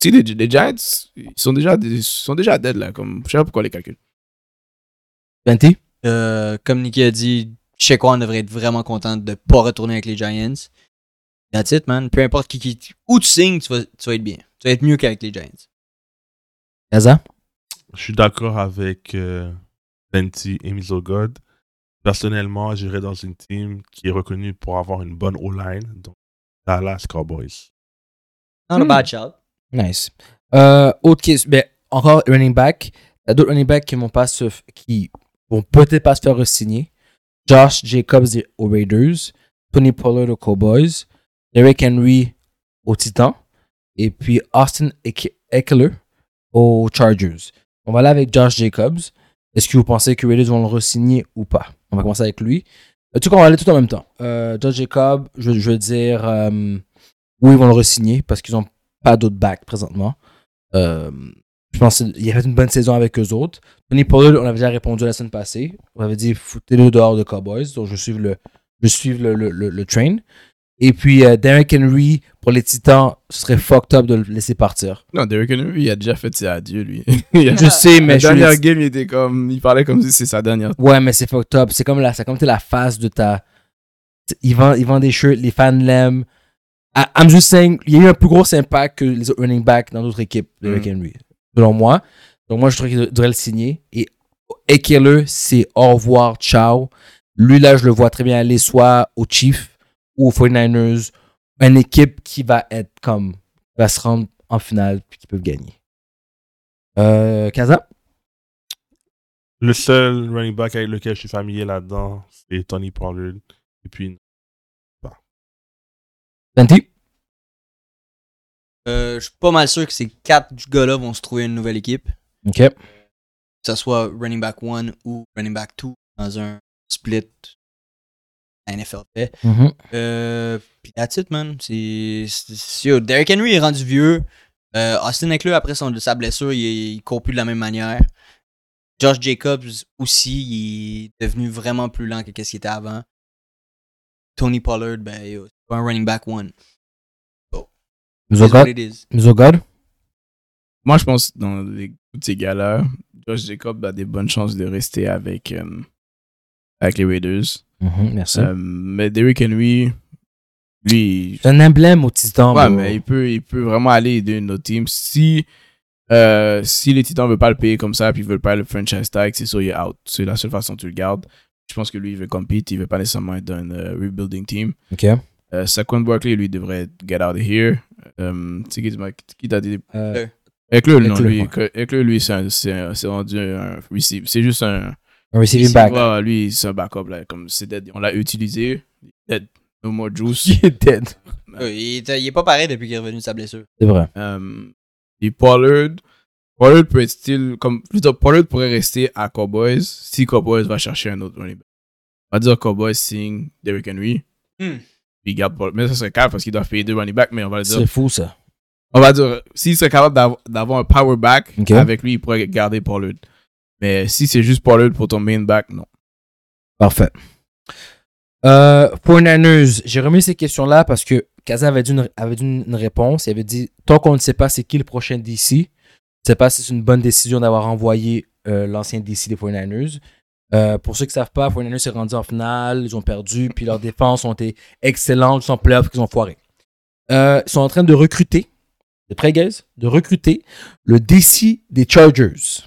tu sais, les, les Giants, ils sont déjà, ils sont déjà dead là, comme, je sais pas pourquoi on les calcule. 20. Euh, comme Nicky a dit, Shaquan devrait être vraiment content de pas retourner avec les Giants. That's it, man. Peu importe qui, qui où tu signes, tu vas, tu vas être bien. Tu vas être mieux qu'avec les Giants. Gaza. Je suis d'accord avec euh, Fenty et Misogod. Personnellement, j'irai dans une team qui est reconnue pour avoir une bonne O-line, donc Dallas Cowboys. Not a bad shot. Nice. Euh, autre question. Ben, encore running back. Il y a d'autres running backs qui vont pas se f- qui vont peut-être pas se faire re-signer. Josh Jacobs des- aux Raiders. Tony Pollard aux Cowboys. Derrick Henry aux Titans. Et puis Austin Eke- Eckler aux Chargers. On va aller avec Josh Jacobs. Est-ce que vous pensez que les Raiders vont le re-signer ou pas? On va commencer avec lui. En tout cas, on va aller tout en même temps. Euh, Josh Jacobs, je, je veux dire, euh, oui, ils vont le re-signer parce qu'ils ont pas d'autres backs présentement. Euh, je pense qu'il y avait une bonne saison avec eux autres. Tony Pollard, on avait déjà répondu la semaine passée. On avait dit foutez-le dehors de Cowboys. Donc je vais suivre le, je suis le, le, le, le train. Et puis, euh, Derrick Henry, pour les Titans, ce serait fucked up de le laisser partir. Non, Derrick Henry, il a déjà fait ses adieux, lui. Il a- Je sais, mais la je suis dernière game, il était comme. Il parlait comme si c'est sa dernière. Ouais, mais c'est fucked up. C'est comme la, c'est comme t'es la face de ta. Ils vendent, ils vendent des shirts, les fans l'aiment. I- I'm just saying, il y a eu un plus gros impact que les autres running backs dans d'autres équipes de Mm. Rick Henry, selon moi. Donc moi, je trouve qu'il de- devrait le signer. Et écrire-le, c'est au revoir, ciao. Lui, là, je le vois très bien aller soit aux Chiefs ou aux 49ers, une équipe qui va être comme, va se rendre en finale puis qui peut gagner. Euh, Kaza? Le seul running back avec lequel je suis familier là-dedans, c'est Tony Pollard. Et puis, Venti? Euh, je suis pas mal sûr que ces quatre gars-là vont se trouver une nouvelle équipe, que Ok. ce soit running back 1 ou running back 2 dans un split la NFL fait. Mhm. Euh, puis that's it, man. C'est. c'est- c'est- yo, Derrick Henry est rendu vieux. Euh, Austin Eckler, après son, sa blessure, il, est- il court plus de la même manière. Josh Jacobs aussi, il est devenu vraiment plus lent que qu'est-ce qu'il était avant. Tony Pollard, ben, yo, c'est pas un running back one. It is Zogot? what it is. Zogod? Moi, je pense que dans les, tous ces gars-là, Josh Jacob a des bonnes chances de rester avec, euh, avec les Raiders. Mhm, merci. Euh, mais Derrick Henry, lui, C'est un emblème au titan. Ouais, bro. mais il peut, il peut vraiment aller aider notre team. Si, euh, si les Titans ne veulent pas le payer comme ça, puis ils veulent pas le franchise tag, c'est sûr, il est out. C'est la seule façon que tu le gardes. Je pense que lui, il veut compete. Il veut pas nécessairement être dans un euh, rebuilding team. Ok. Euh, Saquon Barkley, lui, devrait être get out of here. Euh, tu sais qui, qui t'a dit Euh, Eckler, non, Eckler, lui. ouais. que- Eckler, lui, c'est un- c'est un- c'est rendu un receive. C'est juste un. un receiving back. Ouais, lui, c'est un backup, là. Comme c'est dead. On l'a utilisé. Dead. No more juice. Il est dead. Euh, il, est, il est pas pareil depuis qu'il est revenu de sa blessure. C'est vrai. Euh, et Pollard, Pollard peut être style comme je veux dire, Pollard pourrait rester à Cowboys si Cowboys va chercher un autre running back. On va dire Cowboys signe Derrick Henry. Hmm. Puis garde Pollard. Mais ça serait calme parce qu'ils doivent payer deux running backs, mais on va le dire. C'est fou ça. On va dire s'il serait capable d'av- d'avoir un power back Ok. avec lui, il pourrait garder Pollard. Mais si c'est juste Pollard pour ton main back, non. Parfait. Euh, 49ers, j'ai remis ces questions-là parce que Kaza avait dit, une, avait dit une- une réponse. Il avait dit Tant qu'on ne sait pas c'est qui le prochain DC, on ne sait pas si c'est une bonne décision d'avoir envoyé euh, l'ancien DC des 49ers. Euh, pour ceux qui ne savent pas, 49ers s'est rendu en finale, ils ont perdu, puis leurs défenses ont été excellentes, ils sont en playoff, qu'ils ont foiré. Euh, ils sont en train de recruter, de prêt, guys, de recruter le DC des Chargers.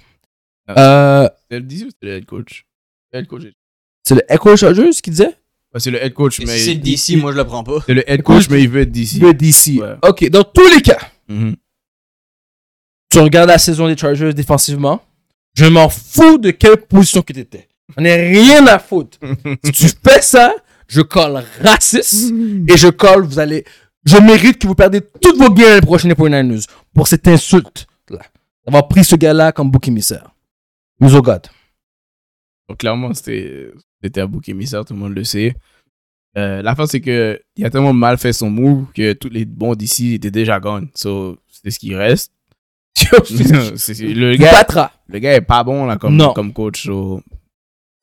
Euh, C'est le 10 ou c'est le head coach Le head coach est- c'est le Echo Chargers qui disait Ouais, Bah, C'est le head coach, Et mais. si c'est le DC, moi je le prends pas. C'est le head coach, mais il veut être DC. Le DC. Ouais. Ok, dans tous les cas, Mhm. tu regardes la saison des Chargers défensivement. Je m'en fous de quelle position que tu étais. On n'a rien à foutre. si tu fais ça, je colle raciste et je colle, vous allez. Je mérite que vous perdez toutes vos games les prochaines pour une news pour cette insulte-là. D'avoir pris ce gars-là comme bouc émissaire. Nous au God. Donc, clairement, c'était c'était un bouc émissaire, tout le monde le sait. Euh, la fin, c'est que il a tellement mal fait son move que tous les bons d'ici étaient déjà gone. So, c'est ce qui reste. C'est- c'est- le, Il gars, battra. le gars est pas bon là, comme, Non. comme coach. So,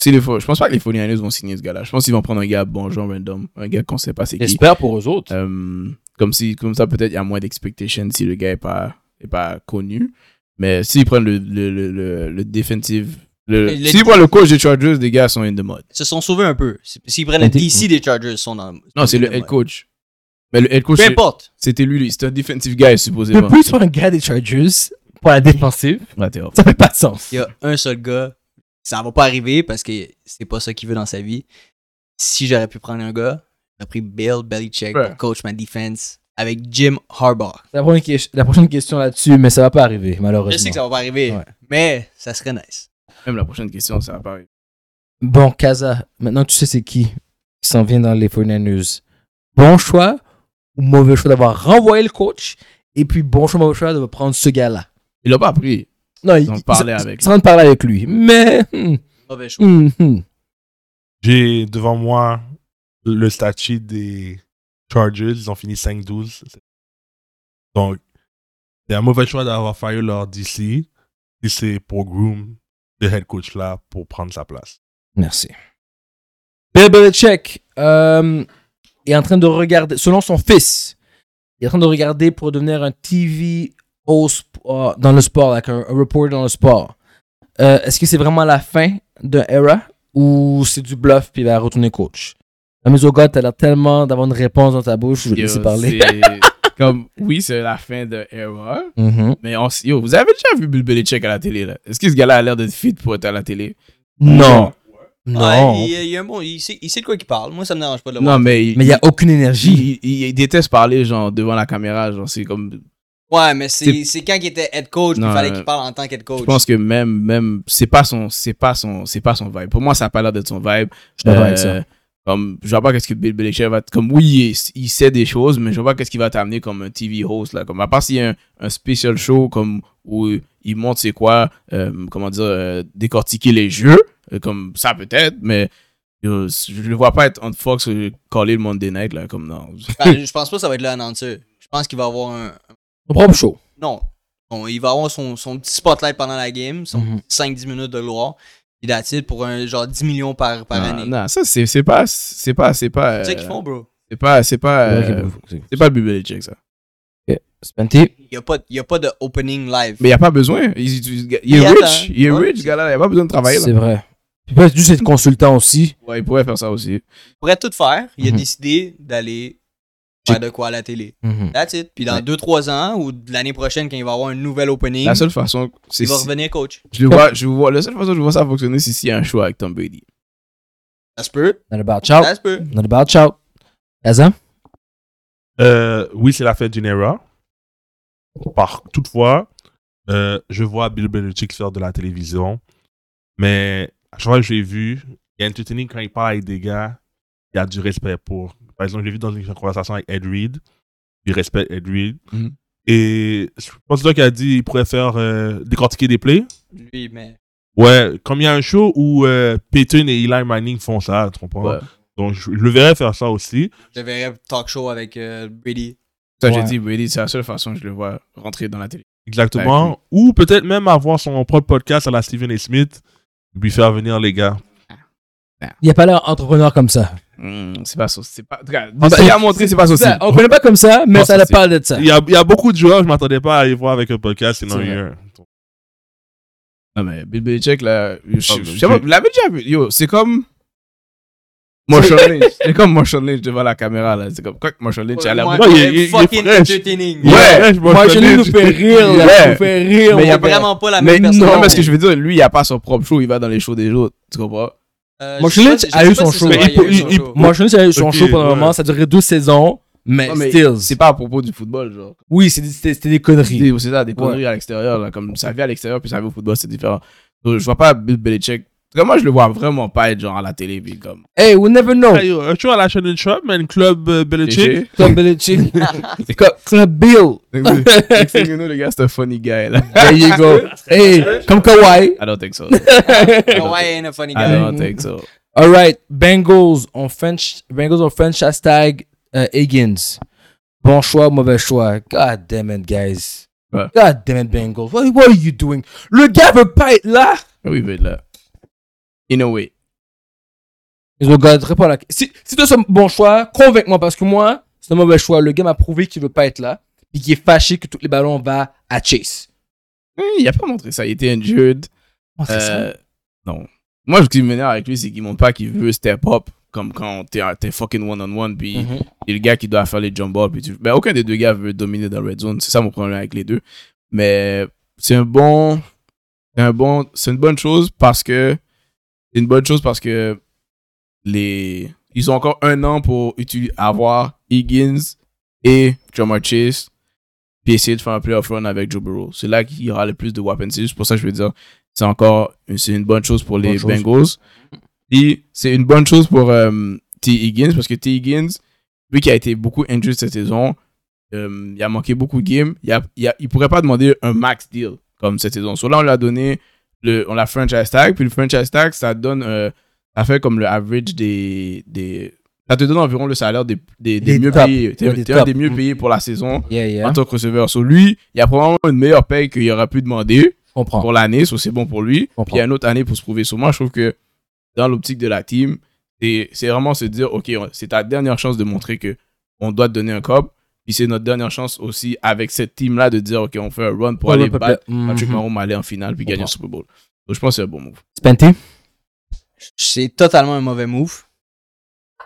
si les, fo- je pense pas que les 49 vont signer ce gars-là. Je pense qu'ils vont prendre un gars bon, genre random. Un gars qu'on sait pas c'est qui. J'espère pour eux autres. Euh, comme, si, comme ça, peut-être il y a moins d'expectations si le gars est pas, est pas connu. Mais s'ils prennent le, le, le, le, le defensive. Le, Le- s'ils prennent le coach des Chargers, les gars sont in the mode. Ils se sont sauvés un peu. C'est- S'ils prennent le Mais t'es- DC des Chargers, ils sont dans Non, c'est le head coach. Mais le head coach, Peu c'est- importe. c'était lui, lui. C'était un defensive guy, supposément. Depuis, pour un gars des Chargers pour la défensive, Ouais, t'es off. ça fait pas de sens. Il y a un seul gars, ça va pas arriver parce que c'est pas ça qu'il veut dans sa vie. Si j'aurais pu prendre un gars, j'aurais pris Bill Belichick Ouais. pour coach ma defense avec Jim Harbaugh. La prochaine, que- la prochaine question là-dessus, mais ça va pas arriver, malheureusement. Je sais que ça va pas arriver, Ouais. mais ça serait nice. Même la prochaine question, ça va pas arriver. Bon, Kaza, maintenant tu sais c'est qui qui s'en vient dans les 49ers. Bon choix ou mauvais choix d'avoir renvoyé le coach et puis bon choix, mauvais choix de prendre ce gars-là. Ils l'ont pas appris. Non, ils ont parlé avec lui. Ils sont en train de parler avec lui. Mais. hmm, Mauvais choix. hmm, hmm. j'ai devant moi le statut des Chargers. Ils ont fini 5-12. Donc, c'est un mauvais choix d'avoir fire leur DC. Et c'est pour Groom, le head coach là, pour prendre sa place. Merci. Bill Belichick, euh, est en train de regarder, selon son fils, il est en train de regarder pour devenir un TV au sp- euh, dans le sport, like un, un reporter dans le sport. Euh, Est-ce que c'est vraiment la fin d'un era ou c'est du bluff puis il va retourner coach? La mise au gars, t'as l'air tellement d'avoir une réponse dans ta bouche, je vais te Yo, laisser parler. c'est- comme, oui, c'est la fin de Era. Mhm. Mais on, s- yo, vous avez déjà vu Bill Belichick à la télé, là? Est-ce que ce gars-là a l'air d'être fit pour être à la télé? Non. Non. Ah, il, il y a un bon, il, sait, il sait de quoi il parle. Moi, ça me dérange pas de le voir. Non, mais il, Mais il n'y a aucune énergie. il- il- il déteste parler, genre, devant la caméra, genre, c'est comme... Ouais, mais c'est c'est quand il était head coach, puis Non, il fallait euh, qu'il parle en tant Oh, qu'head coach. Je pense que même, même, c'est pas son, c'est pas son, c'est pas son vibe. Pour moi, ça a pas l'air d'être son vibe. Je suis d'accord avec ça. Euh, Comme, je vois pas qu'est-ce que Bill Belichick va, comme, oui, il, il sait des choses, mais je vois pas qu'est-ce qu'il va t'amener comme un TV host, là. Comme, à part s'il y a un, un special show, comme, où il montre c'est quoi, euh, comment dire, euh, décortiquer les jeux, euh, comme ça peut-être, mais euh, je le vois pas être on Fox euh, caller le Monday Night, là, comme, non. Enfin, je pense pas que ça va être le annonceur. Je pense qu'il va avoir un. Son propre show. Non. Bon, il va avoir son, son petit spotlight pendant la game, son Mhm. 5-10 minutes de gloire. Puis d'attitude pour un genre 10 millions par, par Ah, Non, année. non, ça, c'est c'est pas, c'est pas, c'est pas, C'est ça euh, qu'ils font, bro. c'est pas, c'est pas, C'est vrai qu'il euh, peut- c'est- c'est pas Bill Belichick, ça. Spenty? Il n'y a, pas- il y a pas de opening live. Mais il n'y a pas besoin. Il, il- il Il est attend. rich. Il est Ouais. rich, ce gars-là. Il n'y a pas besoin de travailler. Là. C'est vrai. Puis peut-être juste être consultant aussi. Ouais, il pourrait faire ça aussi. Il pourrait tout faire. Il a Mhm. décidé d'aller J'ai- faire de quoi à la télé. Mhm. That's it. Puis dans Ouais. 2-3 ans ou de l'année prochaine, quand il va avoir un nouvel opening, La seule façon, c'est il va si, revenir coach. je le vois, je le vois, la seule façon que je vois ça fonctionner, c'est s'il y a un choix avec Tom Brady. Ça se peut. Not about shout. Ça se peut. Not about shout. Azam? Euh, oui, c'est la fête d'une era. Par, toutefois, euh, je vois Bill Belichick faire de la télévision. Mais à chaque fois que je l'ai vu, il est entertaining quand il parle avec des gars, il y a du respect pour. Par exemple, je l'ai vu dans une conversation avec Ed Reed. Il respecte Ed Reed. Mhm. Et je pense que c'est toi qui a dit qu'il pourrait faire euh, décortiquer des plays. Lui, mais. Ouais, comme il y a un show où euh, Peyton et Eli Manning font ça, tu comprends? Ouais. Donc je, je le verrais faire ça aussi. Je verrais talk show avec euh, Brady. Ça, j'ai Ouais. dit, Brady, c'est la seule façon que je le vois rentrer dans la télé. Exactement. Ou peut-être même avoir son propre podcast à la Stephen A. Smith, lui faire venir les gars. Il n'y a pas l'air entrepreneur comme ça. Hmm, c'est pas son. C'est pas. en tout cas, Ah, bah, il a montré, c'est pas son Ça, style. on ne connaît pas comme ça, mais Non, ça ça, le c'est- parle de ça. Il y a, il y a beaucoup de joueurs, je m'attendais pas à les voir avec un podcast, sinon C'est il y a vrai. un. Non, mais Bill Belichick, là. Je, je- je mais sais pas, tu- vous l'avez déjà vu. Yo, c'est comme. Motion Lynch. C'est comme Motion Lynch devant la caméra, là. C'est comme. Quoi que Motion Lynch, elle a Moi, Ouais, il est- il est il est fucking fraîche. entertaining. Il est Ouais, fresh, Moi, je Motion nous Lynch. fait rire, là. Ouais. nous fait rire. Mais Il il y y a a vraiment pas la Mais même personne. non, mais ce que je veux dire, lui, il a pas son propre show, il va dans les shows des autres. Tu comprends? Euh, Moi, je sais Lynch pas si- a je eu sais pas son si show. c'est vrai, Il- il a eu il- son il- show. Moi, je sais, son Ok, show pendant un ouais. moment, ça a duré 12 saisons, mais, Non, mais still. C'est pas à propos du football, genre. Oui, c'est- c'était c'était des conneries. C'est c'est ça, des conneries à l'extérieur, là. Comme ça vit à l'extérieur, puis ça vit au football, c'est différent. Donc, je vois pas Bill Belichick. En tout cas, moi, je le vois vraiment pas être genre à la télé, puis comme. Hey, we never know. Hey, yo, Un show à la chaîne Shop, man, Club euh, Belichick. Club Belichick. Club- Club Bill. Next thing you know, le gars, c'est un funny guy, là. There you go. Hey, comme Kawhi. I don't think so. Kawhi ain't a funny I guy. don't think so. All right, Bengals on French, Bengals on French hashtag euh, Higgins. Bon choix, mauvais choix. God damn it, guys. Ouais. God damn it, Bengals. What, what are you doing? Le gars veut pas être là. Oui, mais là. In a way. Ils ont gardé pas la. Si, si t'as ce bon choix, convainc-moi parce que moi, c'est un mauvais choix. Le gars m'a prouvé qu'il veut pas être là et qu'il est fâché que tous les ballons vont à Chase. Hum, Il a pas montré ça. Il était injured. Oh, c'est ça. Euh, non. Moi, ce qui m'énerve avec lui, c'est qu'il montre pas qu'il veut step up, comme quand t'es t'es fucking one-on-one, puis Mhm. il y a le gars qui doit faire les jump balls. Puis tu... ben, aucun des deux gars veut dominer dans la red zone. C'est ça mon problème avec les deux. Mais c'est un bon. c'est Un bon c'est une bonne chose parce que. C'est une bonne chose parce que les. Ils ont encore un an pour utu- avoir Higgins et Jamar Chase puis essayer de faire un playoff run avec Joe Burrow. C'est là qu'il y aura le plus de weapons. C'est juste pour ça que je veux dire, c'est encore c'est une bonne chose pour les Bonne chose. Bengals. Et c'est une bonne chose pour euh, T. Higgins parce que T. Higgins, lui qui a été beaucoup injured cette saison, euh, il a manqué beaucoup de games. Il, a, il, a- il pourrait pas demander un max deal comme cette saison. So là, on lui a donné, le, on l'a franchise tag. Puis le franchise tag, ça donne, euh, ça fait comme le average des. des ça te donne environ le salaire des, des, des Des mieux top. payés. T'es Ouais, des t'es un top. des mieux Mm. payés pour la saison Yeah, yeah. en tant que receveur. Sur lui, il y a probablement une meilleure paye qu'il aurait pu demander Je comprends. pour l'année. So c'est bon pour lui. comprends. Puis il y a une autre année pour se prouver. So moi, je trouve que dans l'optique de la team, C'est c'est vraiment se dire, OK, on- c'est ta dernière chance de montrer que on doit te donner un cob. Puis c'est notre dernière chance aussi avec cette team-là de dire, OK, on fait un run pour aller battre Mhm. Patrick Mahomes, aller en finale, puis gagner Comprends. un Super Bowl. Donc je pense que c'est un bon move. Spenty? C'est totalement un mauvais move.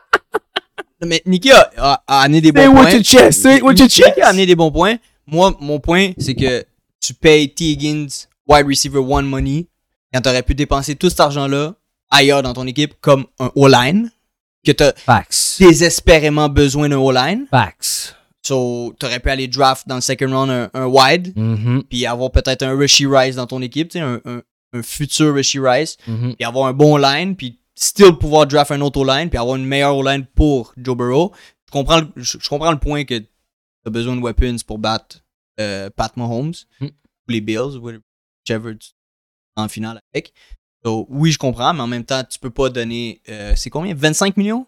Mais Nicky a, a- a amené des bons Say it with points. your chest, say it with your chest. Nicky a amené des bons points. Moi, mon point, c'est que tu payes T. Higgins wide receiver one money quand t'aurais pu dépenser tout cet argent-là ailleurs dans ton équipe comme un O-line que t'as Facts. désespérément besoin d'un O-line. Facts. So, t'aurais pu aller draft dans le second round un, un wide Mhm, puis avoir peut-être un Rishi Rice dans ton équipe, tu sais, un, un- un futur Rishi Rice mhm. puis avoir un bon line, puis still pouvoir draft un autre line, puis avoir une meilleure line pour Joe Burrow. Je comprends le, je, je comprends le point que tu as besoin de weapons pour battre euh, Pat Mahomes, Mm. ou les Bills, whatever- whichever tu- en finale avec. So, oui, je comprends, mais en même temps, tu peux pas donner. euh, c'est combien 25 millions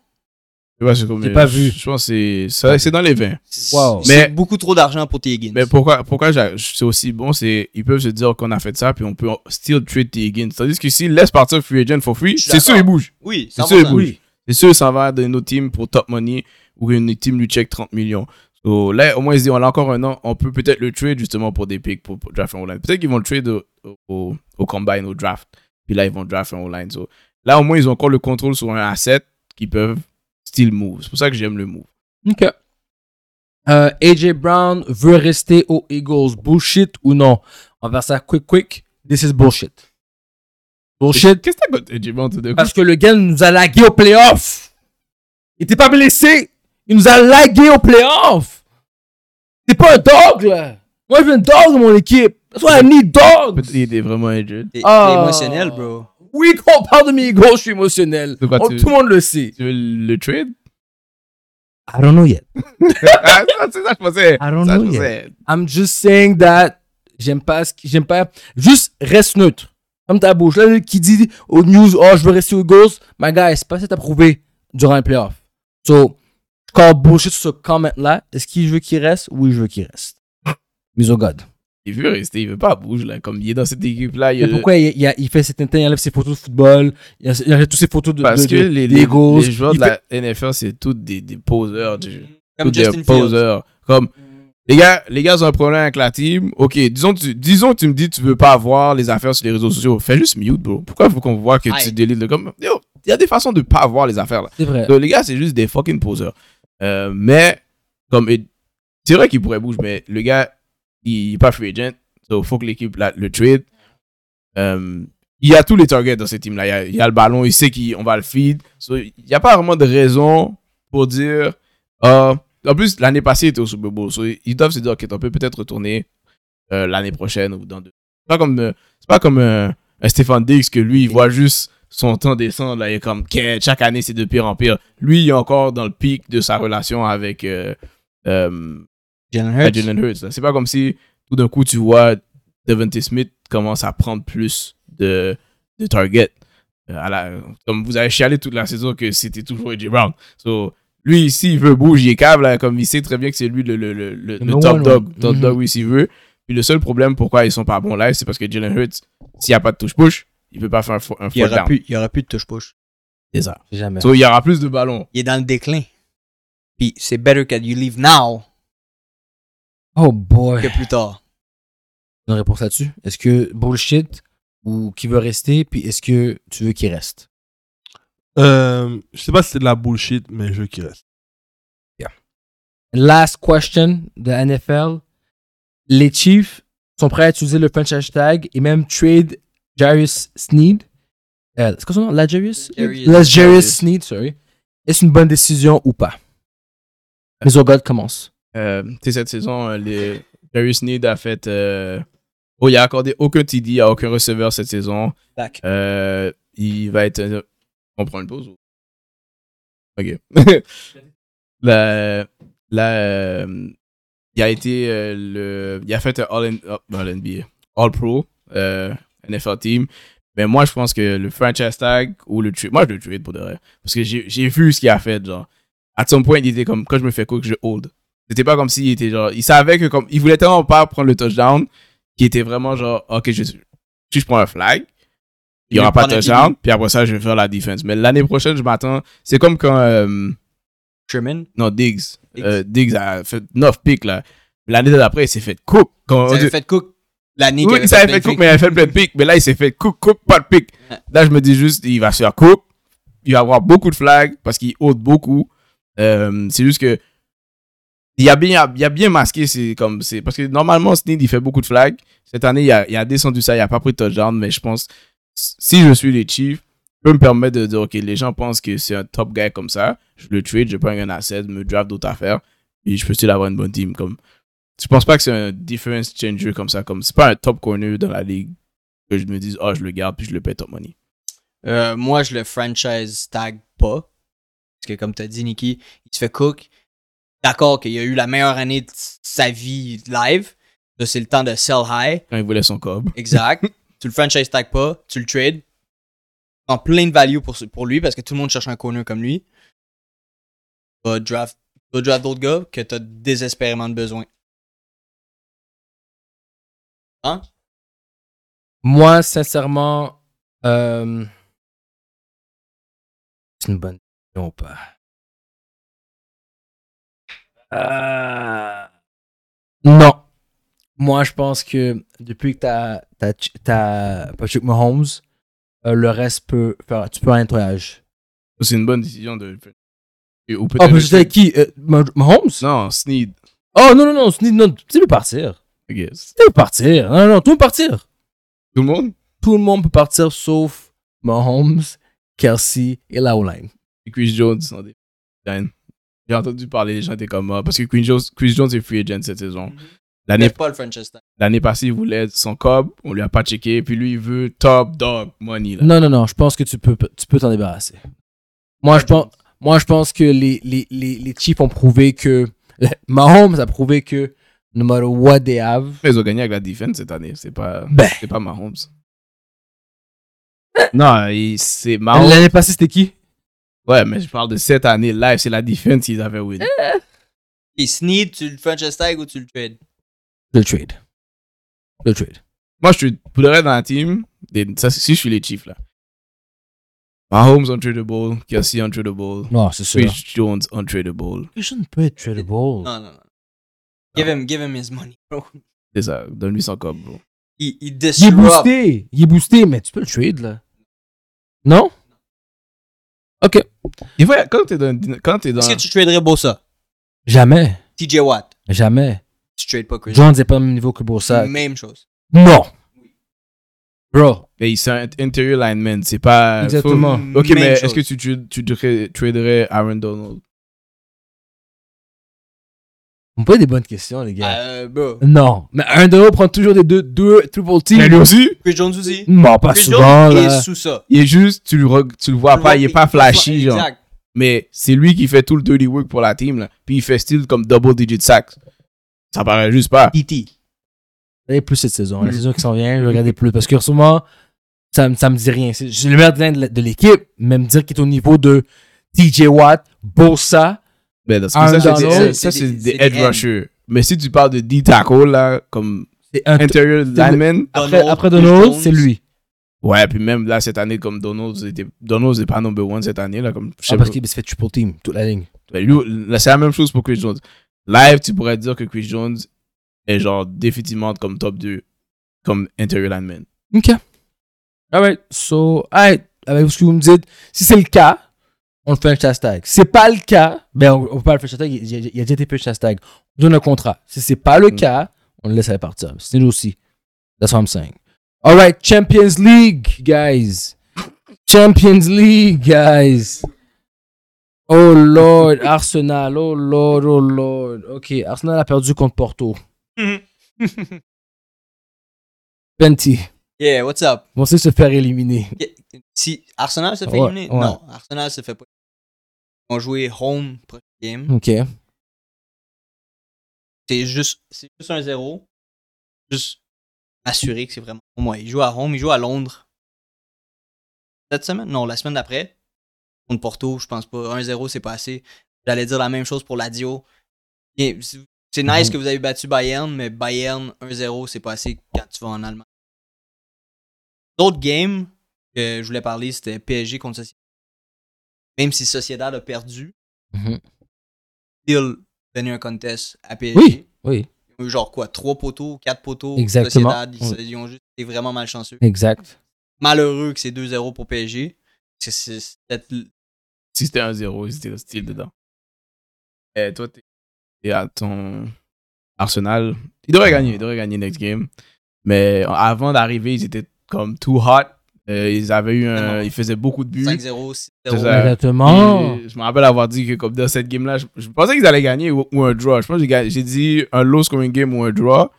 Je sais pas, c'est combien. J'ai pas vu. Je pense que c'est- ça- c'est dans les 20. C'est- Wow. C'est Mais- beaucoup trop d'argent pour tes Higgins. Mais pourquoi, pourquoi j'a- c'est aussi bon, c'est ils peuvent se dire qu'on a fait ça, puis on peut still trade T. Higgins. Tandis que s'ils laissent partir Free Agent for free, Je suis c'est sûr, d'accord. il bouge. oui, C'est 100%. sûr, il bouge. C'est sûr, il s'en va dans une autre team pour top money ou une team lui check 30 millions. So, là, au moins, ils se disent, on a encore un an, on peut peut-être le trade justement pour des picks, pour, pour draft un online. Peut-être qu'ils vont le trade au, au, au combine, au draft. Puis là, ils vont draft un online. So, là, au moins, ils ont encore le contrôle sur un asset qu'ils peuvent still move. C'est pour ça que j'aime le move. OK. Euh, AJ Brown veut rester aux Eagles. Bullshit ou non? On va faire ça quick, quick. This is bullshit. Bullshit. Qu'est-ce que t'as contre AJ Brown tout d'un coup? Parce que le gars nous a lagué au playoff. Il était pas blessé. Il nous a lagué au playoff. T'es pas un dog, là. Moi, je veux un dog dans mon équipe. Toi, un need dog. Peut-être qu'il était vraiment injured. T'es t'es Ah. émotionnel, bro. Oui, quand on parle de mes Eagles, je suis émotionnel. C'est quoi, On- tu- tout le monde le sait. Tu veux le trade? I don't know yet. Ah, ça, c'est ça, que je pensais. I don't Ça, je know yet. pensais. I'm just saying that j'aime pas ce qui- j'aime pas juste reste neutre comme ta bouche là le- qui dit aux news oh je veux rester aux Ghosts my guy c'est pas ça approuvé durant les playoffs so je call bullshit sur ce comment là est-ce qu'il veut qu'il reste oui je veux qu'il reste mais au god Il veut rester, il veut pas bouger, là. Comme il est dans cette équipe-là, il mais pourquoi il, il a- il fait cet intent il enlève ses photos de football il a- il enlève toutes ses photos de Parce de- que de- les, des les, Ghosts. les joueurs Il de fait- la NFL, c'est tous des, des poseurs. du- tous Comme des Justin Fields. poseurs. Comme, les gars, les gars ont un problème avec la team. Ok, disons, tu, disons, tu me dis, tu veux pas voir les affaires sur les réseaux sociaux. Fais juste mute, bro. Pourquoi faut qu'on voit que Aye. tu délites le comme? Yo, il y a des façons de pas voir les affaires, là. c'est vrai Donc, les gars, c'est juste des fucking poseurs. Euh, mais, comme. et- C'est vrai qu'il pourrait bouger, mais le gars, il n'est pas free agent. Donc, faut que l'équipe la- le trade. Euh, il y a tous les targets dans ce team-là. Il y a- Il y, a le ballon, il sait qu'on va le feed. So, il n'y a pas vraiment de raison pour dire. ah, en plus, l'année passée, il était au Super Bowl. So, ils doivent se dire, OK, on peut peut-être retourner euh, l'année prochaine ou dans deux. C'est pas comme, euh, c'est pas comme euh, un Stéphane Diggs que lui, il voit juste son temps descendre. Là, il est comme, OK, chaque année, c'est de pire en pire. Lui, il est encore dans le pic de sa relation avec euh, euh, Jalen à Hurts. Jalen Hurts. là. C'est pas comme si tout d'un coup tu vois Devontae Smith commence à prendre plus de, de target. Euh, à la- comme vous avez chialé toute la saison que c'était toujours AJ Brown. So, lui ici, il veut bouger, il est câble, là, comme il sait très bien que c'est lui le, le- le- le- le Number top one, dog, ouais. top Mm-hmm. Mhm. dog receiver. Puis le seul problème pourquoi ils sont pas bons live, c'est parce que Jalen Hurts, s'il n'y a pas de touche push, il peut pas faire un, fo- un Il y fourth aura down. plus, il y aura plus de touche-push. C'est ça. jamais So, il y aura plus de ballons. Il est dans le déclin. Puis c'est better that you leave now oh boy que plus tard. une réponse là-dessus est-ce que bullshit ou qui veut rester puis est-ce que tu veux qu'il reste Euh, je sais pas si c'est de la bullshit, mais je veux qu'il reste. Last question de NFL. Les Chiefs sont prêts à utiliser le French hashtag et même trade Jarius Sneed. Euh, c'est quoi son nom? Lajarius? Lajarius. Lajarius Sneed, sorry. Est-ce une bonne décision ou pas? Mais au God commence. Euh, tu sais, cette saison, euh, les... Darius Need a fait. euh, Oh, il a accordé aucun TD à aucun receveur cette saison. Back. Euh, il va être. euh, On prend une pause ou- Ok. la, la, euh, il a été. euh, le, il a fait un All, N- oh, All NBA. All Pro. euh, NFL Team. Mais moi, je pense que le franchise tag ou le trade. Moi, je le trade pour de vrai. Parce que j'ai j'ai vu ce qu'il a fait. Genre, à son point, il était comme quand je me fais cook, je hold. C'était pas comme s'il était genre. Il savait que comme. Il voulait tellement pas prendre le touchdown qu'il était vraiment genre, ok, je, si je prends un flag, il n'y aura Il pas prend de la touchdown, puis après ça, je vais faire la défense. Mais l'année prochaine, je m'attends. C'est comme quand. euh, Sherman. non, Diggs. Diggs. Euh, Diggs a fait 9 picks, là. L'année d'après, il s'est fait cook. Quand Ça avait fait Cook l'année Oh, oui, qu'il avait ça avait plein fait de cook, pics. mais il avait fait plein de pics. Mais là, il s'est fait cook, cook, pas de pics. Ouais. Là, je me dis juste, il va se faire cook. Il va avoir beaucoup de flags parce qu'il ôte beaucoup. Euh, c'est juste que. Il a bien, il a bien masqué, c'est comme, c'est, parce que normalement, Sneed, il fait beaucoup de flags. Cette année, il a, il a descendu ça, il a pas pris de touchdown, mais je pense, si je suis les Chiefs, je peux me permettre de dire, OK, les gens pensent que c'est un top guy comme ça. Je le trade, je prends un asset, je me draft d'autres affaires, et je peux still avoir une bonne team. Comme, je pense pas que c'est un difference changer comme ça. Comme c'est pas un top corner dans la ligue que je me dise oh je le garde puis je le paie top money. Euh, moi, je le franchise tag pas. Parce que, comme tu as dit, Nicky, il se fait cook. D'accord qu'il a eu la meilleure année de sa vie live. Là, c'est le temps de sell high. Quand il voulait son cob. Exact. tu le franchise tag pas, tu le trades. En plein de value pour, ce- pour lui parce que tout le monde cherche un corner comme lui. Tu vas draft, tu vas draft d'autres gars que tu as désespérément de besoin. Moi, sincèrement, euh, c'est une bonne question ou pas? Euh, Non. Moi, je pense que depuis que t'as t'as Ch- t'as Patrick Mahomes, euh, le reste peut faire. Tu peux un nettoyage. C'est une bonne décision de. Et- ou peut-être Oh, mais le- j'étais avec qui Euh, Mah- Mahomes Non, Sneed. Oh non, non, non, Sneed, non, tu sais le partir. I guess. Tu sais le partir. Non, non, tout le monde partir. Tout le monde. tout le monde peut partir sauf Mahomes, Kelsey et la O-line. Et Chris Jones. en dé- Dine. J'ai entendu parler les gens étaient comme ah, parce que Queen Jones, Chris Jones est free agent cette saison. L'année Mais pas le franchise tag. l'année passée il voulait son cob, on lui a pas checké puis lui il veut top dog money là. Non, non, non, je pense que tu peux tu peux t'en débarrasser. Moi, je pense, moi, je pense que les, les, les, les Chiefs ont prouvé que. Mahomes a prouvé que no matter what they have. Mais Ils ont gagné avec la défense cette année. C'est pas Ben. c'est pas Mahomes. non, il- c'est Mahomes. L'année passée, c'était qui Ouais, mais je parle de cette année live, c'est la défense qu'ils avaient win. Et Sneed, tu le franchise tag ou tu le trades Le trade. Le trade. Moi, je suis pour le reste dans la team. des- ça, si je suis les Chiefs là. Mahomes untradeable, Kelsey untradeable, Non, c'est sûr. Chris Jones untradeable. Je ne peux être tradable. Non, non, non. Give him, give him his money, bro. C'est ça, donne-lui son cob, bro. Il, il Il est disrupt. boosté. Il est boosté, mais tu peux le trade, là. Non Ok. Des fois, quand t'es dans. Quand t'es dans. Est-ce que tu traderais Bossa? Jamais. TJ Watt. Jamais. Tu trades pas Chris. Jones n'est pas au même niveau que Boursa. Même chose. Non. Bro. Mais c'est un interior lineman, c'est pas. Exactement. Ok, Même mais chose. est-ce que tu, tu, tu tra- traderais Aaron Donald On pose des bonnes questions, les gars. Euh, bro. Non. Mais un de eux prend toujours des deux, deux triple team. aussi Chris Jones aussi. Non, pas Chris souvent, Jones là. est sous ça. Il est juste, tu le, re- tu le vois pas, il est pas flashy, genre. Exact. Mais c'est lui qui fait tout le dirty work pour la team, là. Puis il fait style comme double digit sacks. Ça paraît juste pas. TT. Regardez plus cette saison. hein, La saison qui s'en vient, je vais regarder plus. Parce que, sûrement, ça, me- ça me dit rien. C'est- J'ai le meilleur design de la- de l'équipe, mais me dire qu'il est au niveau de TJ Watt, Boursa. Ben, dans ce Aaron cas, ça, c'est Donald, des- ça, c'est c'est des- des c'est des edge ends. rushers. Mais si tu parles de D-tackle, là, comme C'est un. interior lineman, Après, Donald, après Chris Donald, Jones. c'est lui. ouais, puis même là, cette année, comme Donald, c'était- Donald, c'est pas number one cette année, là, comme, je sais Ah, parce pas. qu'il se fait triple team, toute la ligne. Ben, lui, là, c'est la même chose pour Chris Jones. Live, tu pourrais dire que Chris Jones est genre définitivement comme top 2, comme interior lineman. OK. Alright. So, alright. Avec ce que vous me dites, si c'est le cas, on le fait un chastag. Si c'est pas le cas, ben on, on peut pas le faire chastag. Il, y a- il y a déjà été fait chastag. On donne un contrat. Si c'est pas le Mm. cas, on le laisse aller partir. C'est nous aussi. That's what I'm saying. Alright. Champions League, guys. Champions League, guys. Oh Lord, Arsenal, oh Lord, oh Lord. Ok, Arsenal a perdu contre Porto. Penti, Yeah, what's up? on sait se faire éliminer. Yeah. Si Arsenal se fait Ouais, éliminer? ouais. Non, Arsenal se fait pas. Ils vont jouer home prochaine game. Ok. C'est juste, c'est juste un zéro. Juste assurer que c'est vraiment. Au moins, ils jouent à home, ils jouent à Londres. Cette semaine? Non, la semaine d'après. Contre Porto, je pense pas. 1-0, c'est pas assez. J'allais dire la même chose pour Ladio. Bien, C'est c'est nice Mhm. que vous avez battu Bayern, mais Bayern 1-0, c'est pas assez quand tu vas en Allemagne. D'autres games, que que je voulais parler, c'était PSG contre Sociedad. Même si Sociedad a perdu, Mhm. il donné un contest à PSG. Oui, oui, Ils ont eu genre quoi, trois poteaux, quatre poteaux. Exactement. Sociedad, ils, se- ils ont juste été vraiment malchanceux. exact. Malheureux que c'est 2-0 pour PSG. parce que c'est- c'est peut-être l- Si c'était un 0, ils étaient hostiles dedans. Et toi, t'es t'es à ton Arsenal. Ils devraient gagner, ils devraient gagner next game. Mais avant d'arriver, ils étaient comme too hot. Euh, ils avaient eu un. Vraiment. Ils faisaient beaucoup de buts. 5-0, C'est 6-0. ça. Exactement. Puis, je me rappelle avoir dit que comme dans cette game-là, je, je pensais qu'ils allaient gagner ou, ou un draw. Je pense que j'ai ga- j'ai dit un low scoring game ou un draw.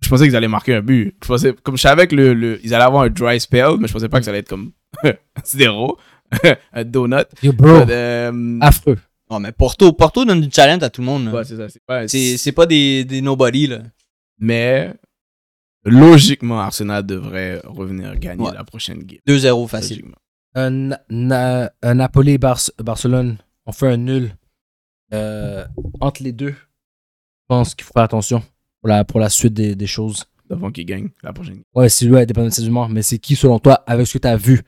Je pensais qu'ils allaient marquer un but. Je pensais, comme je savais que le, le- ils allaient avoir un dry spell, mais je pensais pas que ça allait être comme zéro, un donut. Yo, bro, But, euh, affreux. Non, mais Porto, Porto donne du challenge à tout le monde. là. ouais, c'est ça, c'est pas- Hein? C'est c'est pas des, des nobody, là. Mais logiquement, Arsenal devrait revenir gagner Ouais. la prochaine game. 2-0 facile. Logiquement. Un, na- un Napoli-Barcelone, on fait un nul. Euh, entre les deux, je pense qu'il faut faire attention pour la, pour la suite des, des choses. Avant qu'ils gagnent la prochaine game. Ouais, c'est lui, dépend de ses humeurs, mais c'est qui, selon toi, avec ce que tu as vu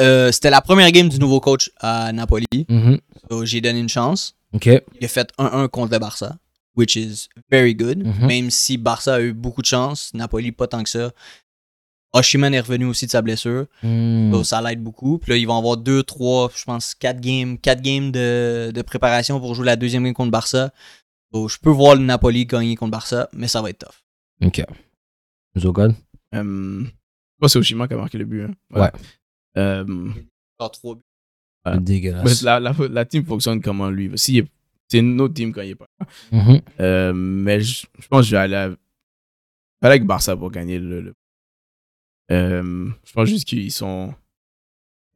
Euh, C'était la première game du nouveau coach à Napoli. Mhm. So, J'ai donné une chance. Ok. Il a fait 1-1 contre le Barça, which is very good. Mhm. Même si Barça a eu beaucoup de chance, Napoli pas tant que ça. Oshiman est revenu aussi de sa blessure. Hmm. So, ça l'aide beaucoup. Puis là, ils vont avoir 2, 3, je pense 4 games, quatre games de, de préparation pour jouer la deuxième game contre Barça. So, je peux voir le Napoli gagner contre Barça, mais ça va être tough. Ok. Zogan. Euh, Hum. je pense que c'est Oshima qui a marqué le but. hein. Ouais. Euh, Encore trois buts. Ouais. Mais Dégueulasse. Ah. la, la, la team fonctionne comment lui. S'il est- C'est une autre team quand il est pas. là. Mhm. Euh, mais je, je pense que je vais aller, à- je vais aller avec Barça pour gagner le. le- Euh, je pense juste qu'ils sont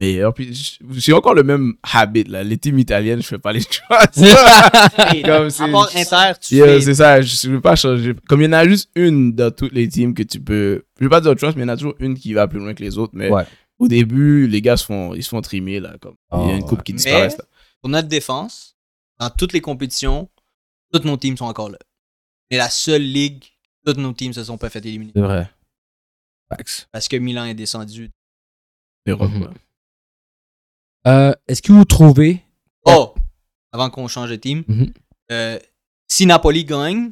meilleurs. Puis je- j'ai encore le même habit là. Les teams italiennes, je fais pas les choses. Comme c'est- euh, À part Inter, tu Yeah, fais- c'est ça, je ne veux pas changer. Comme il y en a juste une dans toutes les teams que tu peux. Je ne veux pas dire autre chose, mais il y en a toujours une qui va plus loin que les autres. Mais Ouais. au début, les gars se font, ils se font trimer. Là, comme. il y a une Oh, coupe qui Mais- disparaît. là. pour notre défense, dans toutes les compétitions, toutes nos teams sont encore là. Mais la seule ligue, toutes nos teams se sont pas fait éliminer. C'est vrai. Facts. Parce que Milan est descendu. L'Europe, Mhm. ouais. Euh, Est-ce que vous trouvez. Oh! Avant qu'on change de team. Mhm. euh, si Napoli gagne,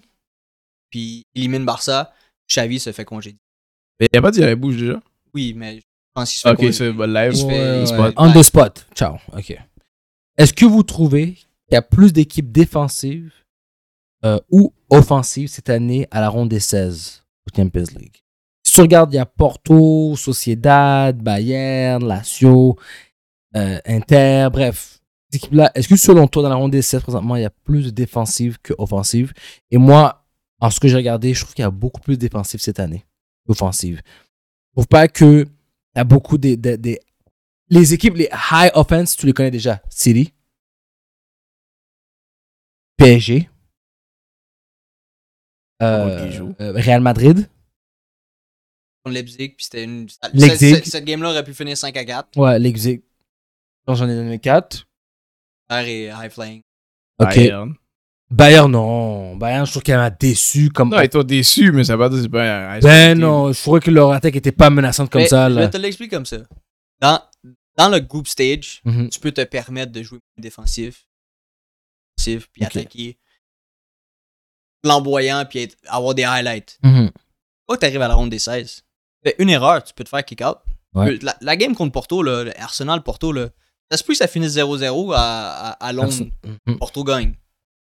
puis élimine Barça, Xavi se fait congédier. Mais il a pas dit la bouche déjà. Oui, mais je pense qu'il se fait Ok, congédier. c'est bah, live. Il se fait- il se Ouais. fait- On the spot. Ciao. Ok. Est-ce que vous trouvez qu'il y a plus d'équipes défensives euh, ou offensives cette année à la ronde des 16 au Champions League? Si tu regardes, il y a Porto, Sociedad, Bayern, Lazio, euh, Inter, bref. Ces équipes-là, est-ce que selon toi, dans la ronde des 16 présentement, il y a plus de défensives que offensives? Et moi, en ce que j'ai regardé, je trouve qu'il y a beaucoup plus de défensives cette année qu'offensives. Je trouve pas que y a beaucoup des, des- des- Les équipes, les high offense, tu les connais déjà. City, PSG, euh, qui joue. euh, Real Madrid. contre Leipzig, puis c'était une. cette- Leipzig. Cette, cette game-là aurait pu finir 5 à 4. Ouais, Leipzig. Donc, J'en ai donné 4. Inter et High Flying. Ok. Bayern. Bayern, non. Bayern, je trouve qu'elle m'a déçu. Comme... Non, ils t'ont déçu, mais ça va dire c'est pas un- ben non, je trouvais que leur attaque était pas menaçante comme Mais ça. Je Là. vais te l'explique comme ça. Dans, dans le group stage, Mhm. tu peux te permettre de jouer plus défensif, défensif, puis Ok. attaquer flamboyant, puis être- avoir des highlights. Mhm. Quand tu arrives à la ronde des 16, fais une erreur, tu peux te faire kick-out. Ouais. La, la game contre Porto, là, le Arsenal-Porto, là, ça se peut que ça finisse 0-0 à, à, à Londres. Arsenal. Mhm. Porto gagne.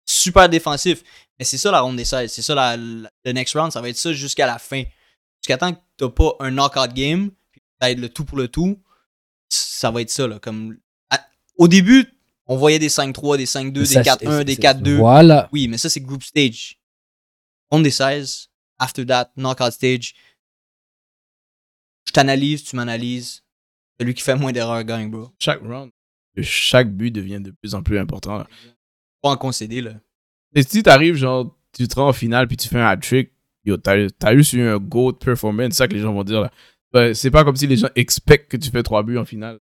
Super défensif. Mais c'est ça la ronde des 16. C'est ça la- la- le next round. Ça va être ça jusqu'à la fin. Jusqu'à temps que t'as pas un knockout game, puis t'as le tout pour le tout, ça va être ça. Là, comme... à- Au début, on voyait des 5-3, des 5-2, Ça, des 4-1, c'est- des c'est- 4-2. Voilà. Oui, mais ça, c'est group stage. Ronde des 16, after that, knockout stage. Je t'analyse, tu m'analyses. Celui qui fait moins d'erreurs gagne, bro. Chaque round, chaque but devient de plus en plus important. là. Pas en concéder, là. Et si t'arrives, genre, tu te rends en finale, puis tu fais un hat-trick, yo, t'as t'as eu sur un goat performance, c'est ça que les gens vont dire là. Ben, C'est pas comme si les gens expectent que tu fais trois buts en finale.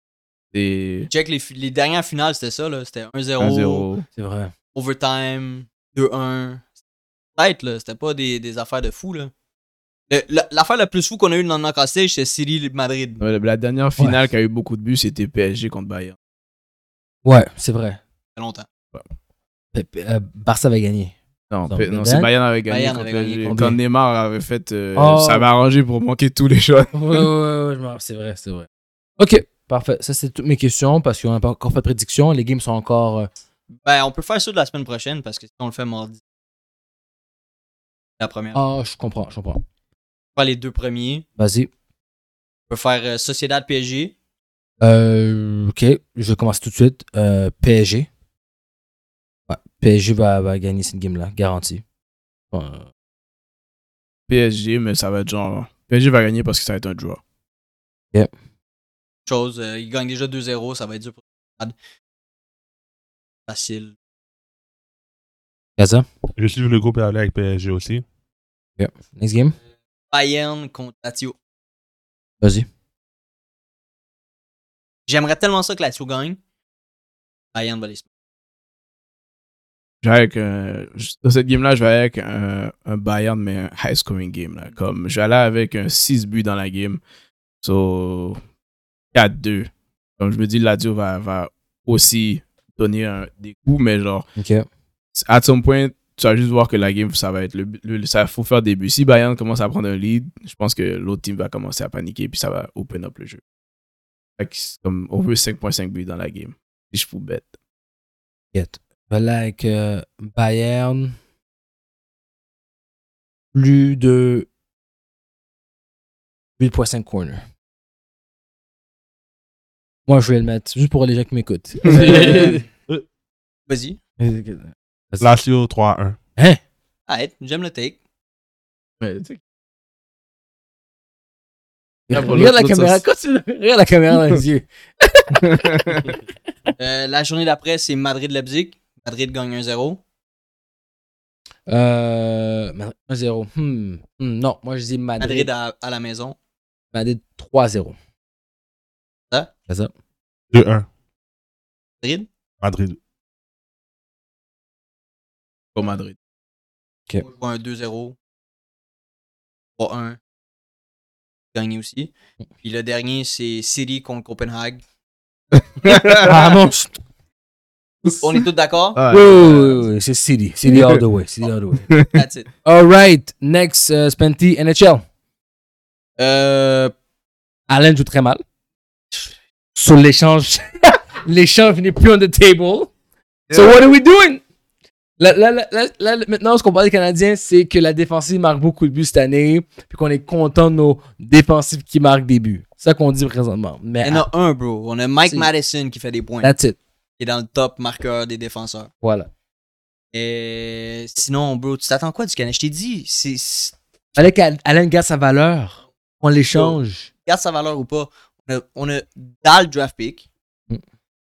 C'est Check les, fi- les dernières finales, c'était ça, là. C'était 1-0, 1-0. C'est vrai. overtime, 2-1. Peut-être, là. C'était pas des, des affaires de fou, là. Le- la- L'affaire la plus fou qu'on a eue dans le knock-out stage, c'est City Madrid. Ouais, la- La dernière finale qui a eu beaucoup de buts, c'était PSG contre Bayern. Ouais, c'est vrai. Ça fait longtemps. P- P- euh, Barça avait gagné. Non, Donc, P- le non Dan- c'est Bayern avait gagné Bayern contre avait gagné le- contre- Quand Neymar avait fait. euh, Oh. Ça avait arrangé pour manquer tous les jeunes. ouais, ouais, ouais, ouais, je me rappelle, c'est vrai, c'est vrai. Ok, parfait. Ça, c'est toutes mes questions parce qu'on n'a pas encore fait de prédiction. Les games sont encore. euh, Ben, on peut faire ça de la semaine prochaine parce que si on le fait mardi, la première. Ah, je comprends, je comprends. On fait les deux premiers. Vas-y. On peut faire euh, Sociedad PSG. Euh, ok, je commence tout de suite. Euh, PSG. Ouais, PSG va, va gagner cette game-là, garanti. Bon, euh, PSG, mais ça va être genre. PSG va gagner parce que ça va être un draw. Chose, euh, ils gagnent déjà 2-0, ça va être dur pour Sociedad. Facile. Gaza, Je suis le groupe est allé avec PSG aussi. next game. Bayern contre Lazio. Vas-y. J'aimerais tellement ça que Lazio gagne. Bayern va les Je vais avec, euh, je- dans cette game-là, je vais avec un, un Bayern, mais un high-scoring game. Là. Comme, je vais aller avec un 6 buts dans la game. So, 4-2. Comme je me dis, Ladio va, va aussi donner un- des coups, mais genre, Ok. à some point, tu vas juste voir que la game, ça va être le, le- ça faut faire des buts. Si Bayern commence à prendre un lead, je pense que l'autre team va commencer à paniquer, puis ça va open up le jeu. Fait que c'est comme over 5.5 buts dans la game. Si je vous bête. Get. Voilà avec euh, Bayern. Plus de 8.5 corner. Moi, je vais le mettre, juste pour les gens qui m'écoutent. Vas-y. Lazio 3-1. hein? Arrête, j'aime le take. Ah, pour Regarde la l'autre, caméra, l'autre, continue. Regarde la caméra dans les yeux. Euh, la journée d'après, c'est Madrid-Leipzig. Madrid gagne 1-0. Euh, Madrid 1-0. Hmm. Hmm, Non, moi je dis Madrid. Madrid à, à la maison. Madrid 3-0. Ça? C'est ça. 2-1. Madrid. Madrid. Pour Madrid. Ok. On joue un 2-0. 3-1. Gagné aussi. Puis le dernier, c'est City contre Copenhague. Ah non, On est tous d'accord? Ah, Oui, euh, oui, oui, oui, c'est City. City all the way. City all the way. That's it. All right, next, euh, Spenty, NHL. Euh, Allen joue très mal. Sur l'échange, l'échange n'est plus on the table. So what are we doing? Là, là, là, là, là, maintenant, ce qu'on parle des Canadiens, c'est que la défensive marque beaucoup de buts cette année, puis qu'on est content de nos défensifs qui marquent des buts. C'est ça qu'on dit présentement. il Mais y en a un, bro. On a Mike C'est- Madison qui fait des points. that's it. Qui est dans le top marqueur des défenseurs. Voilà. Et sinon, bro, tu t'attends quoi du Canada? Je t'ai dit, c'est c'est- Fallait qu'Allen garde sa valeur. On l'échange. regarde sa valeur ou pas. On a, on a dans le draft pick. Mm.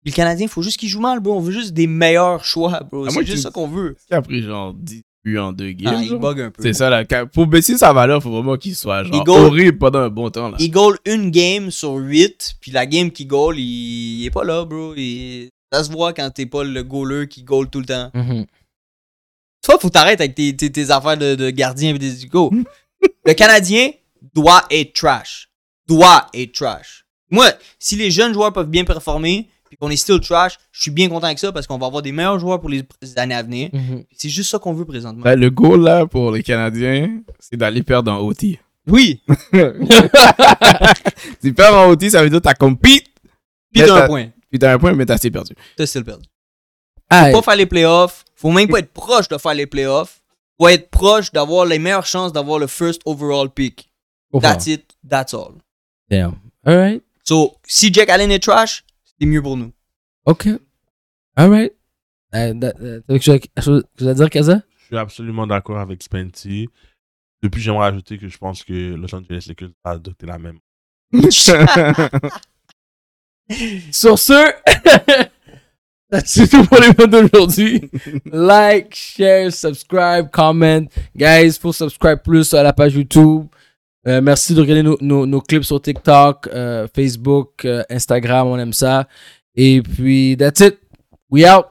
Le Canadien, faut juste qu'il joue mal, bro. On veut juste des meilleurs choix, bro. Ah, moi, c'est tu- juste ça qu'on veut. qui a pris genre 10 buts en deux games. Ah, il genre. bug un peu. c'est ça, là. Quand- Pour baisser sa valeur, faut vraiment qu'il soit genre Il goal. horrible pendant un bon temps, là. Il goal une game sur huit, puis la game qui goal, il, il est pas là, bro. Il- Ça se voit quand t'es pas le goaler qui goal tout le temps. Mhm. Toi, faut que t'arrêtes avec tes, tes- tes affaires de, de gardien et des go. le Canadien doit être trash. Doit être trash. Moi, si les jeunes joueurs peuvent bien performer, puis qu'on est still trash, je suis bien content avec ça parce qu'on va avoir des meilleurs joueurs pour les les années à venir. Mhm. C'est juste ça qu'on veut présentement. Ben, le goal, là, pour les Canadiens, c'est d'aller perdre en OT. Oui, tu perds en OT, ça veut dire que t'as compete, puis Mais t'as un t'as- point. puis t'as un point, mais t'as assez perdu. T'as still perdu. Aye. Faut pas faire les playoffs. Faut même pas être proche de faire les playoffs. Faut être proche d'avoir les meilleures chances d'avoir le first overall pick. That's it. That's all. Damn. All right. So, si Jack Allen est trash, c'est mieux pour nous. Ok. All right. Euh, da- euh, T'avais quelque chose à- quelque chose à dire, Kaza? Je suis absolument d'accord avec Spenty. Depuis, j'aimerais ajouter que je pense que Los Angeles Lakers a adopté la même. Sur ce, c'est tout pour les mots d'aujourd'hui. like, share, subscribe, comment. Guys, faut subscribe plus à la page YouTube. Euh, merci de regarder nos, nos- nos clips sur TikTok, euh, Facebook, euh, Instagram, on aime ça. Et puis, that's it. We out.